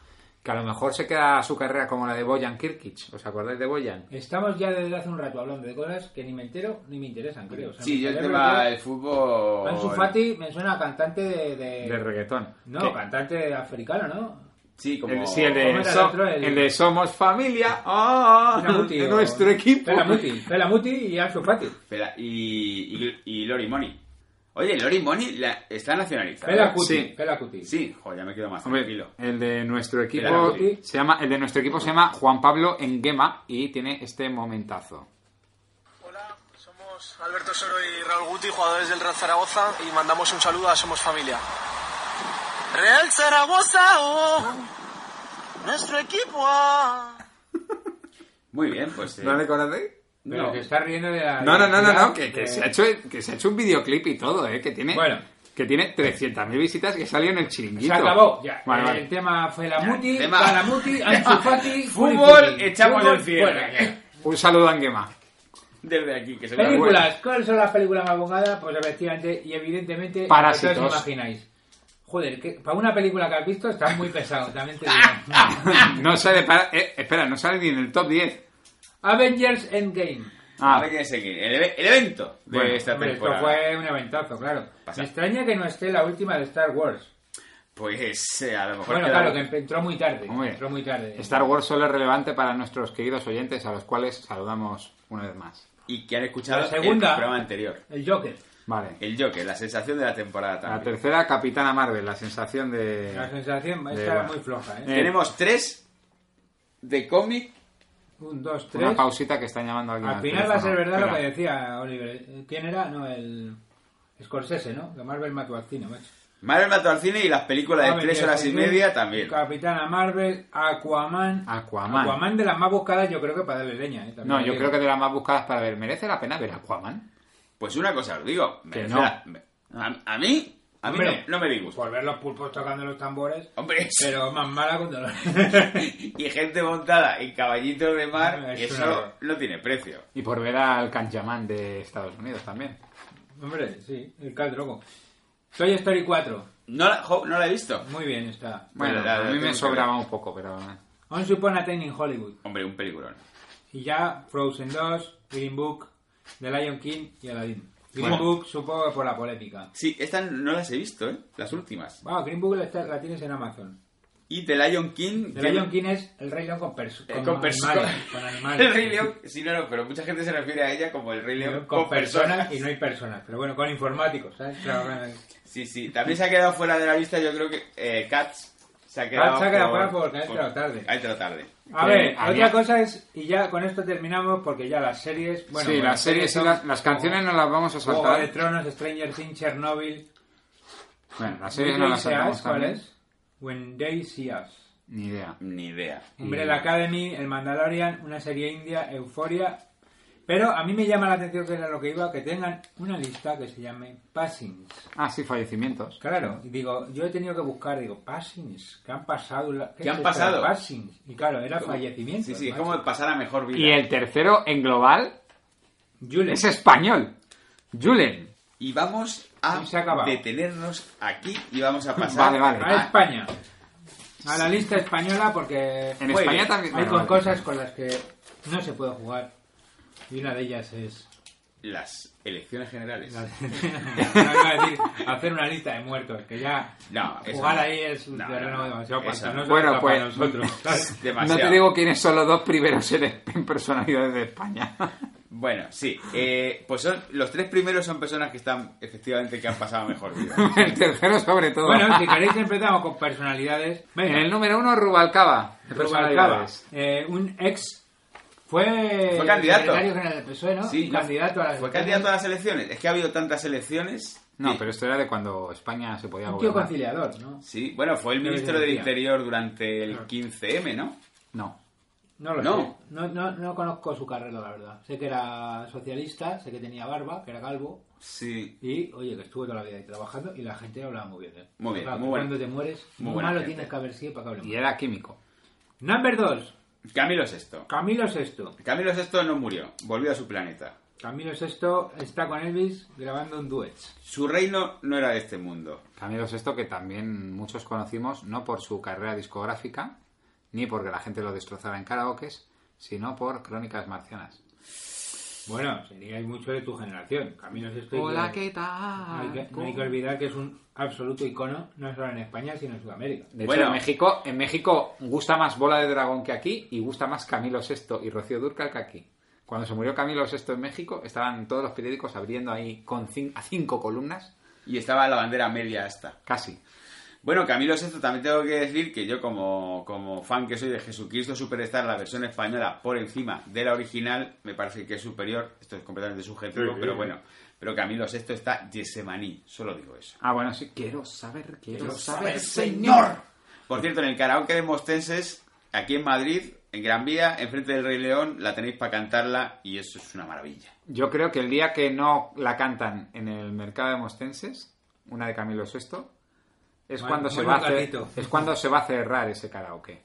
que a lo mejor se queda su carrera como la de Boyan Kirkic. ¿Os acordáis de Boyan? Estamos ya desde hace un rato hablando de cosas que ni me entero ni me interesan, creo. O sea, Sí, mi yo el cerebro tema ya- del fútbol... Ansu Fati me suena a cantante de... de- De reggaetón. No, Que- cantante africano, ¿no? Sí, como... El, sí, el ¿Cómo de, era el so- otro? El- el de Somos Familia, ah, Pelamuti de o- nuestro equipo. Pelamuti, Pelamuti y Ansu Fati. Pela- y, y, y Lori Money. Oye, Lori Money la- está nacionalizada. Pela Cuti, Sí. Pela Cuti. Sí, jo, ya me quedo más Hombre, tranquilo. el de nuestro equipo Pelamuti. se llama el de nuestro equipo se llama Juan Pablo Enguema y tiene este momentazo. Hola, somos Alberto Soro y Raúl Guti, jugadores del Real Zaragoza, y mandamos un saludo a Somos Familia. Real Zaragoza, oh, nuestro equipo. ah. Muy bien, pues... eh, ¿No le conocéis? Pero No. se está riendo de la... No, no, no, no, no, que, de- que se ha hecho, que se ha hecho un videoclip y todo, eh, que tiene Bueno. que tiene 300.000 visitas que salió en el chiringuito. Se acabó, ya. Eh, Vale, el vale. tema Pelamuti, Tema- Pelamuti, Ansu Fati... Fútbol, Cuti. echamos Fútbol, el cierre. fuera, ya. Un saludo a Enguema. Desde aquí, que se vea bueno. Películas, ¿cuáles son las películas más bongadas? Pues efectivamente, y evidentemente, Parásitos. lo que os imagináis. Joder, que para una película que has visto está muy pesado, también te digo. no sale para, eh, espera, no sale ni en el top 10. Avengers Endgame. Ah, A ver quién es el, el eve- el evento de Bueno, esta Hombre, esto temporada. fue un eventazo, claro. Pasa. Me extraña que no esté la última de Star Wars. Pues eh, a lo mejor... Bueno, queda- claro, que entró muy tarde. Hombre, Entró muy tarde. Star Wars solo es relevante para nuestros queridos oyentes a los cuales saludamos una vez más. Y que han escuchado La el segunda. programa anterior. El Joker. Vale. El Joker, la sensación de la temporada La también. tercera, Capitana Marvel, la sensación de... La sensación de- esta era muy floja, ¿eh? Eh, Tenemos tres de cómic. Un, dos, tres. Una pausita que están llamando a alguien. Al final va a ser verdad lo que decía Oliver. ¿Quién era? No, el... Scorsese, ¿no? Que Marvel mató al cine, macho. Marvel mató al cine y las películas de Hombre, tres que horas y Hulk, media también. Capitana Marvel, Aquaman. Aquaman. Aquaman de las más buscadas, yo creo que para darle leña. ¿eh? También No, lo yo digo. creo que de las más buscadas para ver. ¿Merece la pena ver Aquaman? Pues una cosa os digo. merece no. la- me- a, a mí, a mí Hombre. Pues- no, no me disgusta. Por ver los pulpos tocando los tambores. Hombre, Pero más mala con dolor. y gente montada en caballitos de mar, Es y una eso horror. no tiene precio. Y por ver al Kanjaman de Estados Unidos también. Hombre, sí, el caldrogo. Soy Story 4. No la, jo, no la he visto. Muy bien está. Bueno, Bueno, la- la a mí tengo me que sobraba un poco, pero... eh. On Upon a Time in Hollywood. Hombre, un peliculón. Y ya Frozen 2, Green Book, The Lion King y Aladdin. Green Bueno. Book supongo que por la polémica. Sí, estas no las he visto, ¿eh? Las últimas. Bueno, Green Book la, está- la tienes en Amazon. Y The Lion King... The que- Lion King es el Rey León con, perso- eh, con, con personas. animales. Con animales. El Rey León... Sí, no, no, pero mucha gente se refiere a ella como el Rey León Con, personas y no hay personas. Pero bueno, con informáticos, ¿sabes? Claro, bueno. Sí, sí. También se ha quedado fuera de la lista, yo creo que... eh, Cats se ha quedado... se ha quedado fuera porque ha entrado tarde. Ha entrado tarde. A Que ver, había- otra cosa es, y ya con esto terminamos porque ya las series... Bueno, sí, bueno, las series y son las, las canciones no las vamos a Juego saltar. de Tronos, Stranger Things, Chernobyl... Bueno, las When series no They las See Us, saltamos ¿Cuál también. es? When They See Us. Ni idea. Ni idea. Umbrella Academy, El Mandalorian, una serie india, Euforia. Pero a mí me llama la atención que era lo que iba, que tengan una lista que se llame Passings. Ah, sí, fallecimientos. Claro, y digo, yo he tenido que buscar, digo, Passings, ¿qué han pasado? la- ¿Qué han es esto de pasado? Passings. Y claro, era fallecimiento. Sí, sí, es Pues, macho. como pasar a mejor vida. Y el tercero en global Julen. es español. Julen. Y vamos a Y se ha acabado. detenernos aquí y vamos a pasar Vale, vale. Ah. A España. A la lista española porque En Muy España bien. también... hay bueno, con vale. cosas con las que no se puede jugar. Y una de ellas es... las elecciones generales. No, iba a decir, hacer una lista de muertos, que ya No, eso jugar no. ahí es un No, no, terreno no. demasiado Eso pantanoso no. Bueno, para pues- nosotros. ¿sabes? No Demasiado. te digo quiénes son los dos primeros en, en personalidades de España. Bueno, sí. eh, pues son, los tres primeros son personas que están, efectivamente, que han pasado mejor vida. el tercero sobre todo. bueno, si queréis empezamos con personalidades. en Venga, el número uno, Rubalcaba. de Rubalcaba, personalidades. eh, un ex fue, Fue candidato. secretario general del PSOE, E, ¿no? Sí, Y no, candidato a las Fue candidato a las elecciones. Es que ha habido tantas elecciones. No, Sí. pero esto era de cuando España se podía un tío gobernar. conciliador, ¿no? Sí, bueno, fue el Pero ministro yo del decía. Interior durante el 15M, ¿no? No. No lo No. sé. No, no, no conozco su carrera, la verdad. Sé que era socialista, sé que tenía barba, que era calvo. Sí. Y, oye, que estuvo toda la vida ahí trabajando y la gente hablaba muy bien. de él. Muy bien, Claro, muy buena. Cuando te mueres, Muy muy buena malo gente. tienes que haber sido para que hablen Y mal. era químico. Number 2. Camilo VI. Camilo Sexto. Camilo VI no murió, volvió a su planeta. Camilo Sexto está con Elvis grabando un duet. Su reino no era de este mundo. Camilo Sexto, que también muchos conocimos, no por su carrera discográfica, ni porque la gente lo destrozara en karaokes, sino por Crónicas Marcianas. Bueno, seríais mucho de tu generación. Camilo Sexto. y Hola, que- ¿qué No hay, que, tal? no hay que olvidar que es un absoluto icono, no solo en España, sino en Sudamérica. De hecho, Bueno. en México, en México gusta más Bola de Dragón que aquí y gusta más Camilo VI y Rocío Durcal que aquí. Cuando se murió Camilo VI en México, estaban todos los periódicos abriendo ahí con cin- a cinco columnas, Y estaba la bandera media hasta. casi. Bueno, Camilo VI también tengo que decir que yo como, como fan que soy de Jesucristo Superstar, la versión española por encima de la original, me parece que es superior. Esto es completamente subjetivo, pero bueno. Pero Camilo VI está Yesemaní, solo digo eso. Ah, bueno, sí. Quiero saber, quiero, saber, Por cierto, en el karaoke de Mostenses, aquí en Madrid, en Gran Vía, enfrente del Rey León, la tenéis para cantarla y eso es una maravilla. Yo creo que el día que no la cantan en el mercado de Mostenses, una de Camilo VI, es Bueno, cuando se bueno, va a cer- gatito. es cuando se va a cerrar ese karaoke.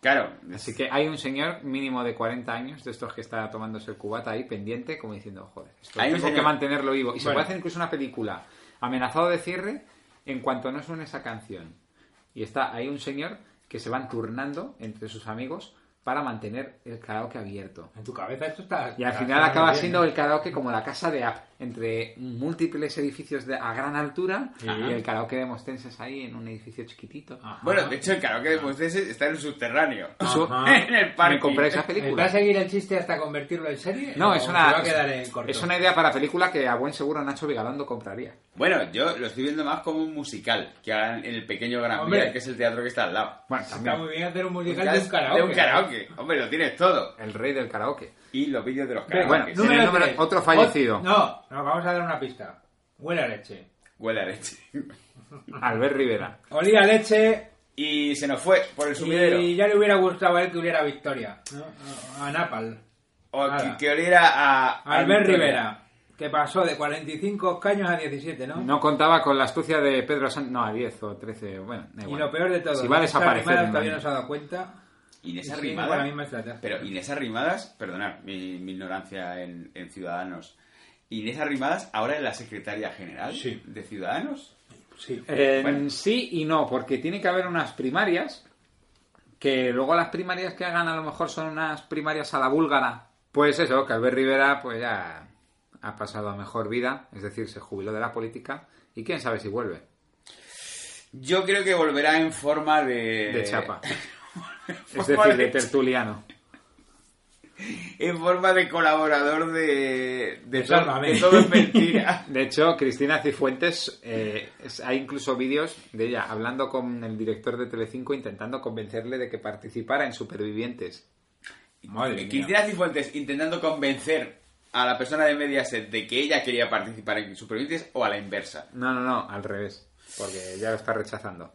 Claro, Así que hay un señor mínimo de 40 años de estos que está tomándose el cubata ahí pendiente, como diciendo, joder, esto Hay un tengo que señor- mantenerlo vivo. Y se Bueno. puede hacer incluso una película amenazado de cierre en cuanto no suene esa canción. Y está, hay un señor que se van turnando entre sus amigos para mantener el karaoke abierto. En tu cabeza esto está... Y al está- final está acaba bien, siendo ¿eh? el karaoke como la casa de App, entre múltiples edificios de, a gran altura y el karaoke de Mostenses ahí en un edificio chiquitito. Ajá. Bueno, de hecho, el karaoke de Mostenses está en el subterráneo. Eso- Ajá. en el parque. Me compré esa ¿Va a película. seguir el chiste hasta convertirlo en serie? No, ¿O es se una, va a quedar en corto? es una idea para película que a buen seguro Nacho Vigalondo compraría. Bueno, yo lo estoy viendo más como un musical que harán en el pequeño Gran Hombre. Vía, que es el teatro que está al lado. Bueno, Está muy también bien hacer un musical de un karaoke. De un karaoke. Hombre, lo tienes todo. el rey del karaoke. Y los vídeos de los Venga, karaoke. Bueno, Sí. número- tres. número- otro fallecido. Ot- No, nos vamos a dar una pista. Huele a leche. Huele a leche. Albert Rivera. Olía a leche Y se nos fue por el sumidero. y ya le hubiera gustado a él que hubiera victoria. ¿no? A- A Napal. O Nada. que, que oliera a... a Albert Victoria. Rivera, que pasó de 45 escaños a 17, ¿no? No contaba con la astucia de Pedro Sánchez. No, a 10 o 13. Bueno, da Y igual. lo peor de todo, Si va a Inés desaparecer. Arrimadas en todavía un no se año. ha dado cuenta. Inés Y sigue con la Arrimadas. misma estrategia. Pero Inés Arrimadas, perdonad mi, mi ignorancia en, en Ciudadanos. Inés Arrimadas ahora es la secretaria general Sí. de Ciudadanos. Sí. Eh, Bueno. Sí y no, porque tiene que haber unas primarias que luego las primarias que hagan a lo mejor son unas primarias a la búlgara. Pues eso, que Albert Rivera pues ya ha pasado a mejor vida, es decir, se jubiló de la política y quién sabe si vuelve. Yo creo que volverá en forma de... Eh, De chapa. Es forma decir, de- de tertuliano. en forma de colaborador de... De, De todo- Sálvame. de todo es mentira. De hecho, Cristina Cifuentes, eh, es- hay incluso vídeos de ella hablando con el director de Telecinco intentando convencerle de que participara en Supervivientes. Madre mía. Cristina Cifuentes intentando convencer a la persona de Mediaset de que ella quería participar en Supervivientes o a la inversa. No, no, no, al revés, porque ya lo está rechazando.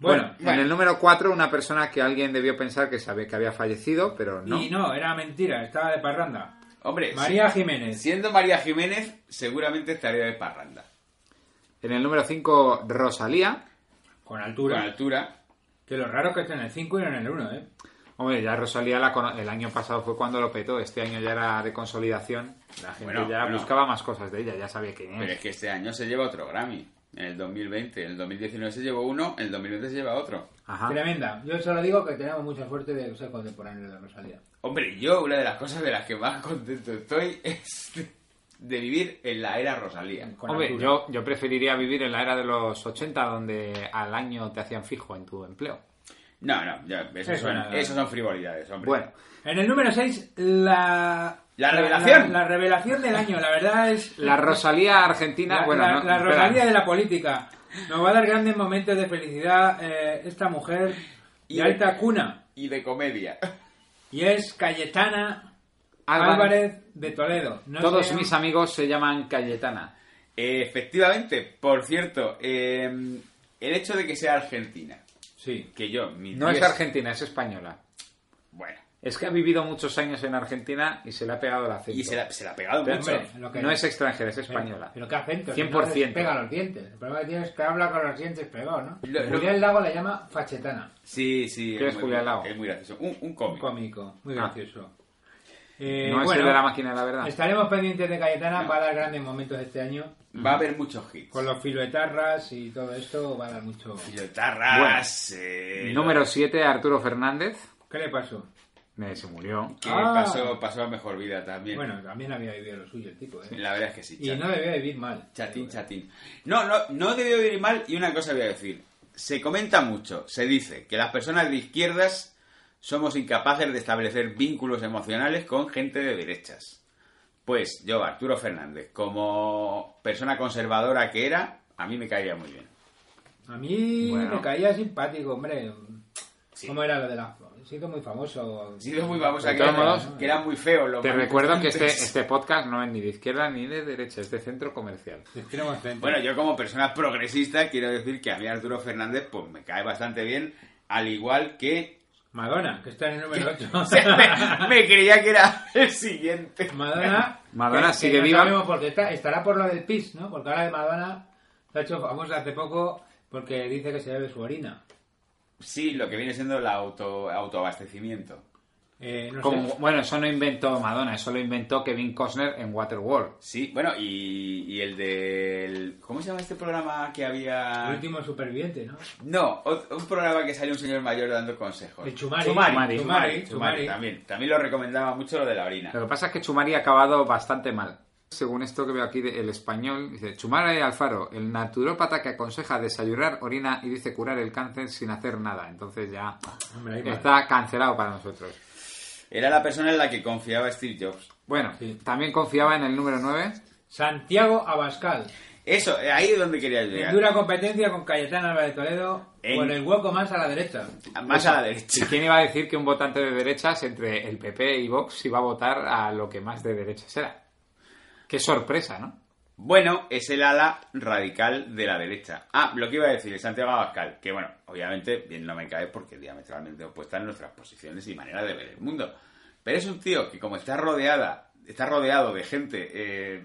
Bueno, Bueno, en el número 4, una persona que alguien debió pensar que sabía que había fallecido, pero no. Y no, era mentira, estaba de parranda. Hombre, María si- Jiménez. siendo María Jiménez, seguramente estaría de parranda. En el número 5, Rosalía. Con Con altura. altura. Que lo raro es que esté en el 5 y no en el 1, ¿eh? Hombre, ya Rosalía la cono- el año pasado fue cuando lo petó, este año ya era de consolidación. La gente Bueno, ya bueno. buscaba más cosas de ella, ya sabía Mm. quién Pero era. es que este año se lleva otro Grammy. En el 2020. En el 2019 se llevó uno, en el 2020 se lleva otro. Ajá. Tremenda. Yo solo digo que tenemos mucha suerte de ser contemporáneos de Rosalía. Hombre, yo una de las cosas de las que más contento estoy es de, de vivir en la era Rosalía. Con Hombre, altura. yo, yo preferiría vivir en la era de los 80, donde al año te hacían fijo en tu empleo. No, no, ya, eso, Eso son, nada. eso son frivolidades, hombre. Bueno, En el número 6, la... La revelación. La, la revelación del año, la verdad es... la Rosalía argentina, La, bueno, la- no, la espera. Rosalía de la política. Nos va a dar grandes momentos de felicidad eh, esta mujer Y de de- alta cuna. Y de comedia. Y es Cayetana Álvarez. Álvarez, de Toledo. No Todos sé- mis amigos se llaman Cayetana. Eh, Efectivamente, por cierto, eh, el hecho de que sea argentina, Sí. que yo, mi No diez- es argentina, es española. Bueno, Es que ha vivido muchos años en Argentina y se le ha pegado el acento. Y se la, se la ha pegado Pero, mucho. hombre, lo que no es. es extranjera, es Pero- española. Pero qué acento. 100%. No pega los dientes. El problema que tiene es que habla con los dientes pegados, ¿no? Lo- lo- Julián Lago le llama fachetana. Sí, sí. ¿Qué es muy- Julián Lago? Es muy gracioso. Un, un cómic. Un cómico. Muy Ah. gracioso. Eh, no es el bueno, de la máquina, de la verdad. Estaremos pendientes de Cayetana. Va a dar grandes momentos este año. Va a haber muchos hits. Con los filoetarras y todo esto va a dar mucho... Filotarras. eh, Número 7, Arturo Fernández. ¿Qué le pasó? Eh, se murió. Que Ah. pasó, pasó a mejor vida también. Bueno, también había vivido lo suyo el tipo, ¿eh? La verdad es que sí. Y chato. no debía vivir mal. Chatín, chatín. No, no, no debió vivir mal y una cosa voy a decir. Se comenta mucho, se dice que las personas de izquierdas somos incapaces de establecer vínculos emocionales con gente de derechas. Pues yo, Arturo Fernández, como persona conservadora que era, a mí me caía muy bien. A mí Bueno. me caía simpático, hombre. ¿Cómo era lo de la... Se hizo muy famoso. Ha sido muy famosa De que, todos era- modos, que era muy feo. Lo Te más recuerdo que este, importante es- este podcast no es ni de izquierda ni de derecha, es de centro comercial. De extremo centro. Bueno, yo como persona progresista quiero decir que a mí Arturo Fernández pues me cae bastante bien, al igual que... Madonna, que está en el número 8. me, me creía que era el siguiente. Madonna. Madonna que- que sigue no viva. sabemos porque está- estará por lo del PIS, ¿no? Porque ahora de Madonna se ha hecho famosa hace poco porque dice que se bebe su orina. Sí, lo que viene siendo el auto, autoabastecimiento. Eh, no Como- sé. bueno, eso no inventó Madonna, eso lo inventó Kevin Costner en Waterworld. Sí, bueno, y, y el del... ¿Cómo se llama este programa que había...? El último superviviente, ¿no? No, ot- un programa que salió un señor mayor dando consejos. El Chumari. Chumari, Chumari, Chumari, Chumari. también. También lo recomendaba mucho lo de la orina. Lo que pasa es que Chumari ha acabado bastante mal. Según esto que veo aquí, de- el español dice: Chumari Alfaro, el naturópata que aconseja desayunar, orina y dice curar el cáncer sin hacer nada. Entonces ya Hombre, ahí va. está cancelado para nosotros. Era la persona en la que confiaba Steve Jobs. Bueno, Sí. también confiaba en el número 9. Santiago Abascal. Eso, eh, ahí es donde quería En llegar. dura competencia con Cayetán Álvarez Toledo. En- Con el hueco más a la derecha. Más a la derecha. ¿Y quién iba a decir que un votante de derechas entre el PP y Vox iba a votar a lo que más de derechas era? Qué sorpresa, ¿no? Bueno, es el ala radical de la derecha. Ah, lo que iba a decir, Santiago Abascal, que bueno, obviamente bien no me cae porque es diametralmente opuesta en nuestras posiciones y manera de ver el mundo. Pero es un tío que como está rodeada, está rodeado de gente eh,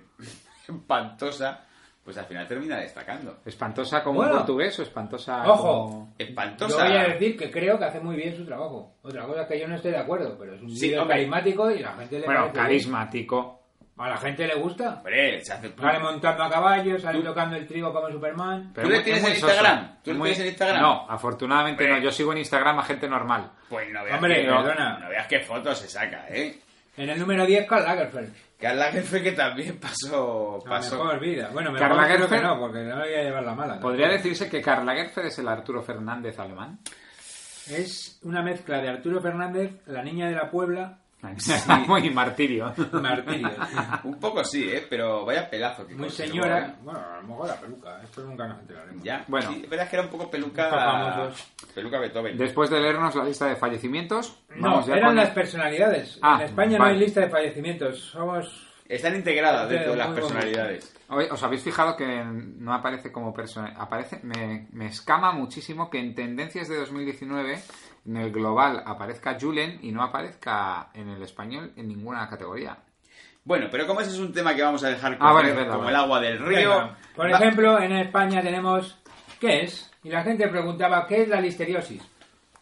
espantosa, pues al final termina destacando. Espantosa como Bueno. un portugués o espantosa Ojo. como... Yo Espantosa. voy a decir que creo que hace muy bien su trabajo. Otra cosa es que yo no estoy de acuerdo, pero es un Sí, líder hombre. carismático y la gente le Bueno, parece bien. carismático. A la gente le gusta. Hombre, se hace... Sale montando a caballo, sale tocando el trigo como Superman. Pero ¿Tú le es muy- tienes es muy en soso. Instagram? ¿Tú le Muy- tienes en Instagram? No, afortunadamente Hombre. no. Yo sigo en Instagram a gente normal. Pues no veas, Hombre, que- perdona. no veas qué fotos se saca, ¿eh? En el número 10, Karl Lagerfeld. Carla Jefe que también pasó... La pasó. mejor vida. Bueno, me Karl mejor creo Lagerfeld. que no, porque no voy a llevar la mala. ¿Podría decirse que Karl Lagerfeld es el Arturo Fernández alemán? Es una mezcla de Arturo Fernández, la niña de la Puebla, muy martirio. Martirio. Un poco sí, ¿eh? Pero vaya pelazo. Que Pues Muy consiguió, ¿eh? señora. Bueno, a lo mejor la peluca. ¿eh? Esto nunca nos enteraremos. Ya, Bueno. bueno. Sí, la verdad es que era un poco Nunca peluca. famosos. Peluca Beethoven. Después de leernos la lista de fallecimientos, No, vamos ya eran con- las personalidades. Ah, en vale. España no hay lista de fallecimientos. Somos... Están integradas Este dentro de es las muy personalidades. Oye, ¿Os habéis fijado que no aparece como persona? Aparece, me, me escama muchísimo que en tendencias de 2019 en el global aparezca Julen y no aparezca en el español en ninguna categoría. Bueno, pero como ese es un tema que vamos a dejar Ah, vale, correr verdad, como vale. el agua del río. Venga. Por va- ejemplo, en España tenemos... ¿Qué es? Y la gente preguntaba, ¿qué es la listeriosis?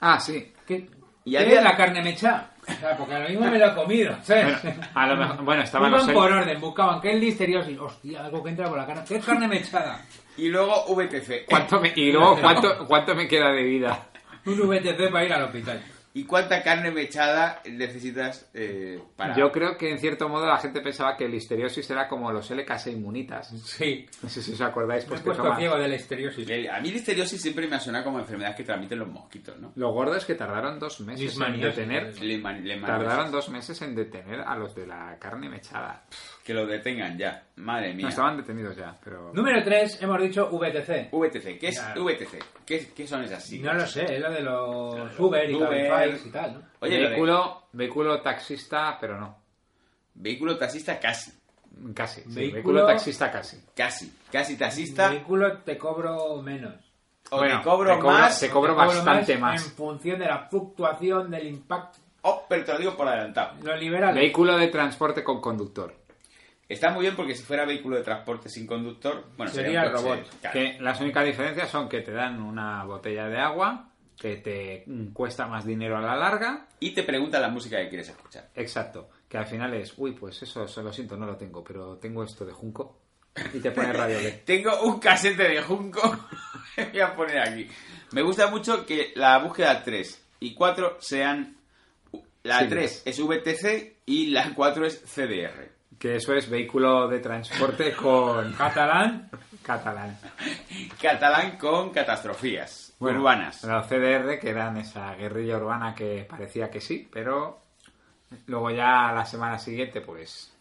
Ah, sí. ¿Qué, Y qué había- es la carne mechá? O sea, porque a lo mismo me lo he comido, ¿sabes? A lo mejor, bueno, estaban Iban los por orden, buscaban qué es listeriosis. Hostia, algo que entra por la cara. ¿Qué es carne mechada? Y luego VTC. ¿Cuánto me- y luego, ¿cuánto, ¿cuánto me queda de vida? Un VTC para ir al hospital. ¿Y cuánta carne mechada necesitas eh, para.? Yo creo que en cierto modo la gente pensaba que el listeriosis era como los LKS inmunitas. Sí. No sé si os acordáis, Me he pues que puesto toman- ciego de listeriosis. El- A mí listeriosis siempre me ha sonado como enfermedad que transmiten los mosquitos, ¿no? Lo gordo es que tardaron dos meses en Dismaniosis. detener. Leman- leman- Tardaron dos meses en detener a los de la carne mechada. Que lo detengan ya. Madre mía. No, estaban detenidos ya, pero... Número 3, hemos dicho VTC. VTC. ¿Qué es Ya. VTC? ¿Qué, qué son esas No siglas? lo sé, es lo de los Uber y Uber. Cabify y tal, ¿no? Oye, lo de- vehículo, vehículo taxista, pero no. vehículo taxista casi. Casi. sí, Vehículo- vehículo... taxista casi. Casi. Casi taxista. Vehículo te cobro menos. O Bueno, te cobro te cobro- más. te cobro Te bastante más. En función de la fluctuación del impacto. Oh, pero te lo digo por adelantado. Los liberales. Vehículo de transporte con conductor. Está muy bien porque si fuera vehículo de transporte sin conductor, bueno, sería, Sería un coche, robot, claro. Que las únicas diferencias son que te dan una botella de agua, que te mm, cuesta más dinero a la larga. Y te pregunta la música que quieres escuchar. Exacto. Que al final es, uy, pues eso, se lo siento, no lo tengo, pero tengo esto de Junco. Y te pone radio B. Tengo un casete de Junco. que voy a poner aquí. Me gusta mucho que la búsqueda 3 y 4 sean. La Sí. 3 es VTC y la 4 es CDR. Que eso es vehículo de transporte con Catalán. catalán. Catalán con catastrofías Bueno, urbanas. Los CDR, que eran esa guerrilla urbana que parecía que sí, pero luego ya la semana siguiente, pues,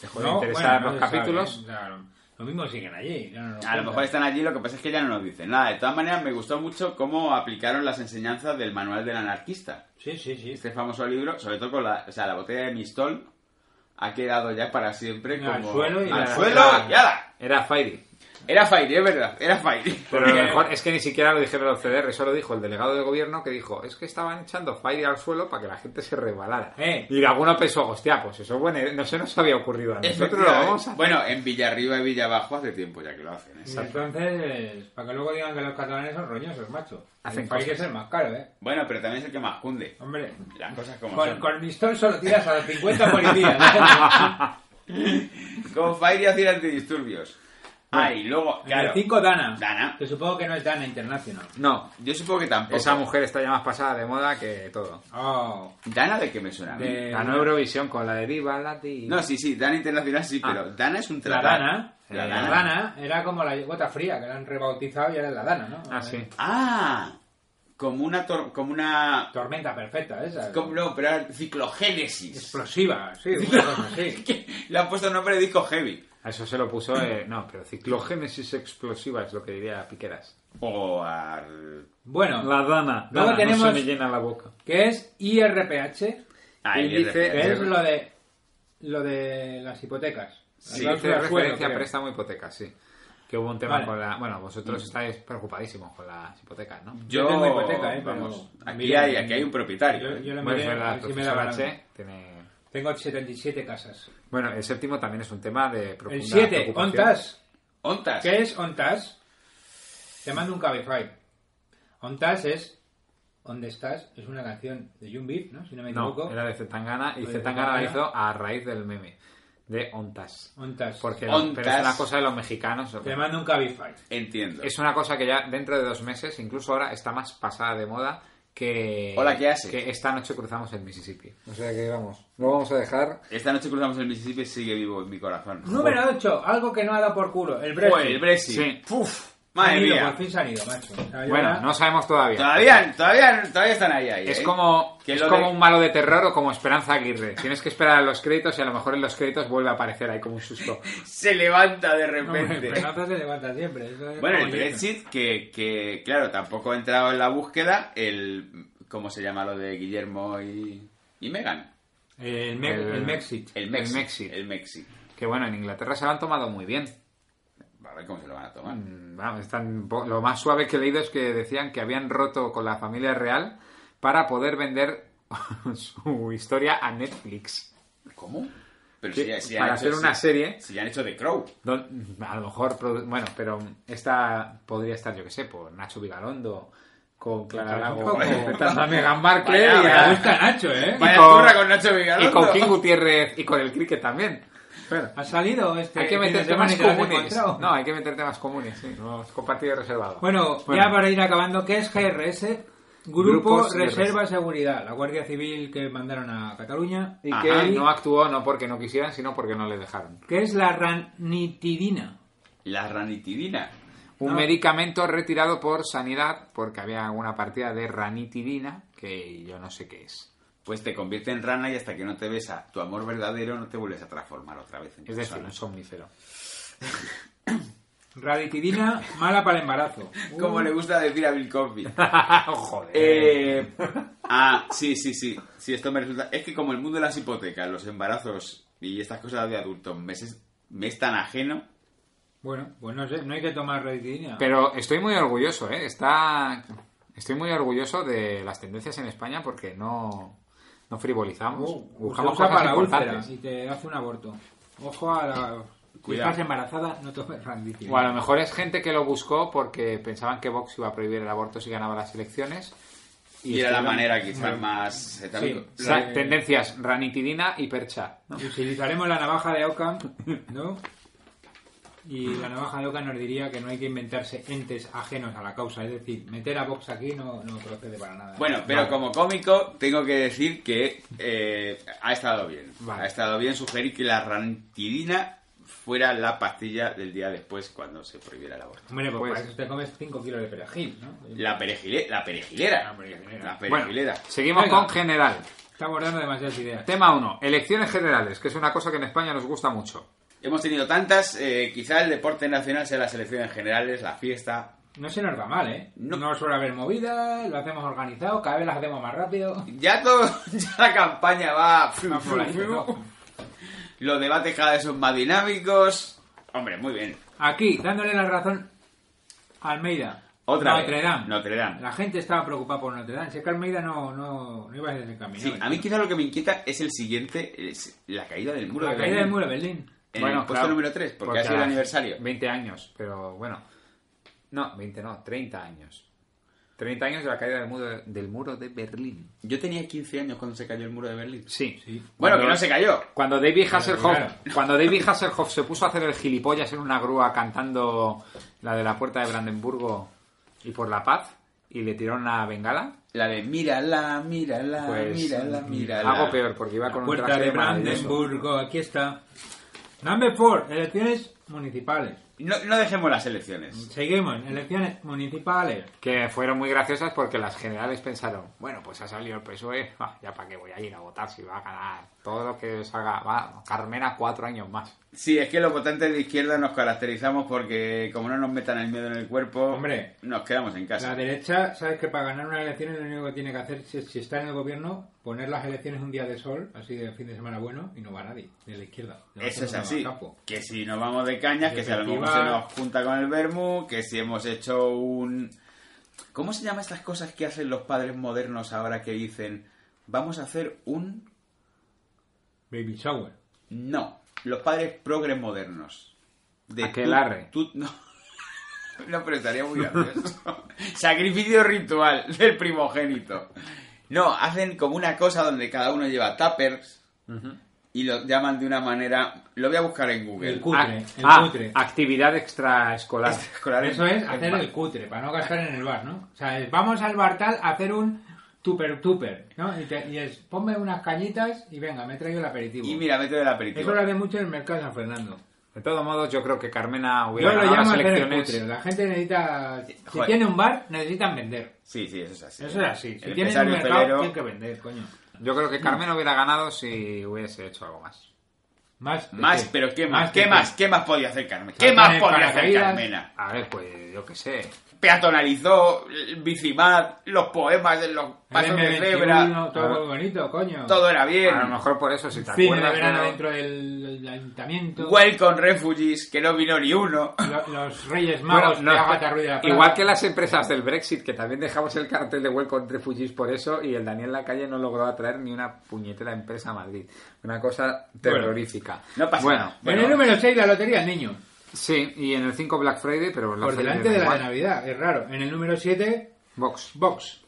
dejó de interesar bueno, no los se sabe, capítulos. claro. Lo mismo siguen allí. no nos A lo cuentan. mejor están allí, lo que pasa es que ya no nos dicen nada. De todas maneras, me gustó mucho cómo aplicaron las enseñanzas del manual del anarquista. Sí, sí, sí. Este famoso libro, sobre todo con la, o sea, la botella de Mistol, ha quedado ya para siempre como... Al suelo y al la- suelo y ala. Era Fairy. Era Fairy, es verdad, era Fairy. Pero lo mejor es que ni siquiera lo dijeron los CDR, eso lo dijo el delegado de gobierno que dijo, es que estaban echando Fairy al suelo para que la gente se rebalara. Eh. Y alguno pensó, hostia, pues eso bueno, no se nos había ocurrido a nosotros, lo eh. Efectivamente. vamos a hacer". Bueno, en Villarriba y Villabajo hace tiempo ya que lo hacen. ¿eh? Y entonces, para que luego digan que los catalanes son roñosos, macho. Hacen El país cosas. es el más caro, ¿eh? Bueno, pero también es el que más cunde. Hombre, Las cosas como con, son. con Mistol solo tiras a los 50 policías. ¿no? Con Fairy hacían antidisturbios. Ah, y luego, En claro, el 5 Dana. Dana. Que supongo que no es Dana International. No, yo supongo que tampoco. esa mujer está ya más pasada de moda que todo. Oh. ¿Dana de qué me suena? a mí? De- Eh, Ganó bueno. Eurovisión con la de Diva Latina. No, sí, sí, Dana Internacional sí, Ah. pero Dana es un La tratado. Dana. La La Dana. Dana era como la gota fría, que la han rebautizado y era la Dana, ¿no? Ah, sí. Ah, como una... tor- como una... Tormenta perfecta esa. como- no, pero era ciclogénesis. Explosiva, sí, una cosa así. Le han puesto nombre de disco heavy. A eso se lo puso, eh, no, pero ciclogénesis explosiva es lo que diría Piqueras. O al... Bueno, La dana, Luego dana, no tenemos- se me llena la boca. que es IRPH, al Índice- IRPH. que es IR. lo de lo de las hipotecas. La Sí, cláusula hace suelo, referencia a creo. préstamo hipoteca, sí. Que hubo un tema Vale. con la... Bueno, vosotros estáis preocupadísimos con las hipotecas, ¿no? Yo tengo hipoteca, eh, pero- vamos, aquí, Mira, hay, aquí hay un propietario. Yo, eh. yo lo Bueno, miré, es a verdad, ver si el me daban profesor algo. H tiene... Tengo 77 casas. Bueno, el séptimo también es un tema de profunda El 7, preocupación. ONTAS. Ontas. ¿Qué es ONTAS? Te mando un Cabify. ONTAS es ¿Dónde estás? Es una canción de Jumbit, ¿no? Si no me equivoco. No, era de Zetangana y Lo de Zetangana la Zetangana. hizo a raíz del meme de Ontas. ONTAS. Porque Ontas. pero es una cosa de los mexicanos. Te mando un Cabify. Entiendo. Es una cosa que ya dentro de dos meses, incluso ahora, está más pasada de moda que... Hola, ¿qué hace? Que esta noche cruzamos el Mississippi. O sea que vamos, lo vamos a dejar Esta noche cruzamos el Mississippi sigue vivo en mi corazón. Número 8, algo que no ha dado por culo. El Brexit. Joder, el Brexit. Sí. Uf, Han madre ido, mía. Por fin se han ido, macho. O sea, yo Bueno, ahora- no sabemos todavía. Todavía, todavía, todavía están ahí, ahí. Es ¿eh? como, Que es lo como de- un malo de terror o como Esperanza Aguirre. Tienes que esperar a los créditos y a lo mejor en los créditos vuelve a aparecer ahí como un susto. se levanta de No, hombre, repente. Esperanza pues se levanta siempre. eso es Bueno, como el yo. Brexit, que, que, claro, tampoco ha entrado en la búsqueda el... ¿Cómo se llama lo de Guillermo y, y Megan? El, me- El- el Mexit. Eh, El El Mexi. Mexit. El Mexi. Que bueno, en Inglaterra se lo han tomado muy bien. A ver cómo se lo van a tomar. Mm, Vamos, están, po- lo más suave que he leído es que decían que habían roto con la familia real para poder vender su historia a Netflix. ¿Cómo? Pero Sí, si, ya- si para han hacer hecho, una si- serie. Si ya han hecho The Crow. Don- a lo mejor, produ- bueno, pero esta podría estar, yo que sé, por Nacho Vigalondo, con Clara Lago, Con- con Megan Markle Vaya, y, Me a- gusta Nacho, ¿eh? Vaya con- turra con Nacho Vigalondo. y con King Gutiérrez y con el cricket también. Bueno, Ha salido este. hay que fin de meter semana temas y te lo has comunes. encontrado. No, eh. hay que meter temas comunes, sí, no, compartido y reservado. Bueno, ya para ir acabando, ¿qué es GRS? Grupo Grupos de Reserva Seguridad, la Guardia Civil que mandaron a Cataluña. Y Ajá, que no actuó no porque no quisieran, sino porque no le dejaron. ¿Qué es la ranitidina? La ranitidina. Un No. medicamento retirado por sanidad porque había una partida de ranitidina que yo no sé qué es. Pues te convierte en rana y hasta que no te besa tu amor verdadero no te vuelves a transformar otra vez en Es decir, persona. un somnífero. Ranitidina mala para el embarazo. Como le gusta decir a Bill Cosby. Joder. Eh, ah, sí, sí, sí. Sí, esto me resulta. Es que como el mundo de las hipotecas, los embarazos y estas cosas de adultos me es, me es tan ajeno. Bueno, pues no sé, no hay que tomar ranitidina. Pero estoy muy orgulloso, ¿eh? Está... Estoy muy orgulloso de las tendencias en España porque no... No frivolizamos. Se Buscamos Uh, pues usa cosas para úlceras importantes. y te hace un aborto. Ojo a la... Si Cuidado. estás embarazada, no tomes randicio. O a lo mejor es gente que lo buscó porque pensaban que Vox iba a prohibir el aborto si ganaba las elecciones. Y era la escribieron- manera quizás más... eh, también- O sea, tendencias ranitidina y percha. Utilizaremos la navaja de Ockham, ¿no? Y la navaja de Ockham nos diría que no hay que inventarse entes ajenos a la causa. Es decir, meter a Vox aquí no, no procede para nada. Bueno, pero Vale. como cómico tengo que decir que eh, ha estado bien. Vale. Ha estado bien sugerir que la rantidina fuera la pastilla del día después cuando se prohibiera el aborto. Hombre, pues, Pues- para eso te comes 5 kilos de perejil, ¿no? La, perejile, la perejilera. La perejilera. La Bueno, perejilera. seguimos Venga. con general. Estamos dando demasiadas ideas. Tema 1. Elecciones generales, que es una cosa que en España nos gusta mucho. Hemos tenido tantas, eh, quizá el deporte nacional sea las elecciones generales, la fiesta. No se nos va mal, ¿eh? No. No, suele haber movidas, lo hacemos organizado, cada vez las hacemos más rápido. Ya todo, ya la campaña va... Va por ahí, ¿no? Los debates cada vez son más dinámicos. Hombre, muy bien. Aquí, dándole la razón a Almeida. Otra Notre vez. Dame. Notre Dame. La gente estaba preocupada por Notre Dame. Si es que Almeida no, no, no iba a ese camino. ¿eh? Sí, a mí quizá lo que me inquieta es el siguiente, es la caída del muro la de caída Berlín. del muro de Berlín. En Bueno, el Eh, puesto claro, número 3, porque, ha sido el hace aniversario. 20 años, pero bueno. No, 20 no, 30 años. 30 años de la caída del muro de, del muro de Berlín. Yo tenía 15 años cuando se cayó el muro de Berlín. Sí. Bueno, Cuando- pues- que no se cayó. Cuando David Hasselhoff, claro. cuando David Hasselhoff se puso a hacer el gilipollas en una grúa cantando la de la puerta de Brandenburgo y por la paz y le tiró una bengala, La de mírala, mírala, Pues, Ah, mírala, mm, mírala. algo peor porque iba con La un puerta traje de maravilloso. Brandenburgo, aquí está. Number 4, elecciones municipales. No, no dejemos las elecciones. Seguimos, elecciones municipales. que fueron muy graciosas porque las generales pensaron, bueno, pues ha salido el PSOE, ah, ya para qué voy a ir a votar si va a ganar todo lo que salga, va, Carmena cuatro años más. Sí, es que los votantes de izquierda nos caracterizamos porque como no nos metan el miedo en el cuerpo, Hombre. nos quedamos en casa. La derecha, sabes que para ganar unas elecciones lo único que tiene que hacer, si, si está en el gobierno, poner las elecciones un día de sol, así de fin de semana bueno, y no va nadie, de la izquierda. Le va Eso es todo así. a capo. Que si nos vamos de cañas, que si a lo mejor se Efectiva. nos junta con el vermú, que si hemos hecho un... ¿Cómo se llaman estas cosas que hacen los padres modernos ahora que dicen, vamos a hacer un... Baby shower. No, los padres progres modernos. De Aquelarre. tú- tú- No. No, pero estaría muy gracioso. Sacrificio ritual del primogénito. No, hacen como una cosa donde cada uno lleva tuppers y lo llaman de una manera... Lo voy a buscar en Google. El cutre, Ac- el ah, cutre. actividad extraescolar. Escolar Eso en- es en hacer bar. el cutre, para no gastar en el bar, ¿no? O sea, es, vamos al bar tal a hacer un tuper tuper, ¿no? Y, te- y es, ponme unas cañitas y venga, me traigo el aperitivo. Y mira, meto el aperitivo. Eso lo hace mucho en el mercado de San Fernando. De todos modos, yo creo que Carmena Yo hubiera lo ganado llamo las hacer el elecciones. cutre. La gente necesita... Si Joder. tiene un bar, necesitan vender. Sí, sí, eso es así. ¿eh? Eso es así. Si El tienen un empresario mercado, pelero- tienen que vender, coño. Yo creo que Carmena hubiera ganado si hubiese hecho algo más. Más, de Más, qué. pero ¿qué más? de ¿Qué más? ¿Qué más podía hacer Carmen? ¿Qué Saltar más en podía hacer paracaídas. Carmena? A ver, pues yo qué sé. Peatonalizó, el bicimad, los poemas de los El pasos de M21, cebra, Ah. Todo muy bonito, coño. todo era bien. A lo mejor por eso, si te Cine de acuerdas. verano ¿no? dentro del, del ayuntamiento. Welcome Refugees, que no vino ni uno. Lo- los Reyes Bueno, Magos no, de Agatha Ruiz de la Prada. igual que las empresas del Brexit, que también dejamos el cartel de Welcome Refugees por eso, y el Daniel Lacalle no logró atraer ni una puñetera empresa a Madrid. Una cosa terrorífica. no pasa bueno, nada. Bueno, Bueno. el número 6, la lotería del niño. sí, y en el 5 Black Friday, pero Black Por Friday delante de da la de igual. Navidad, es raro. En el número 7, Vox. Vox.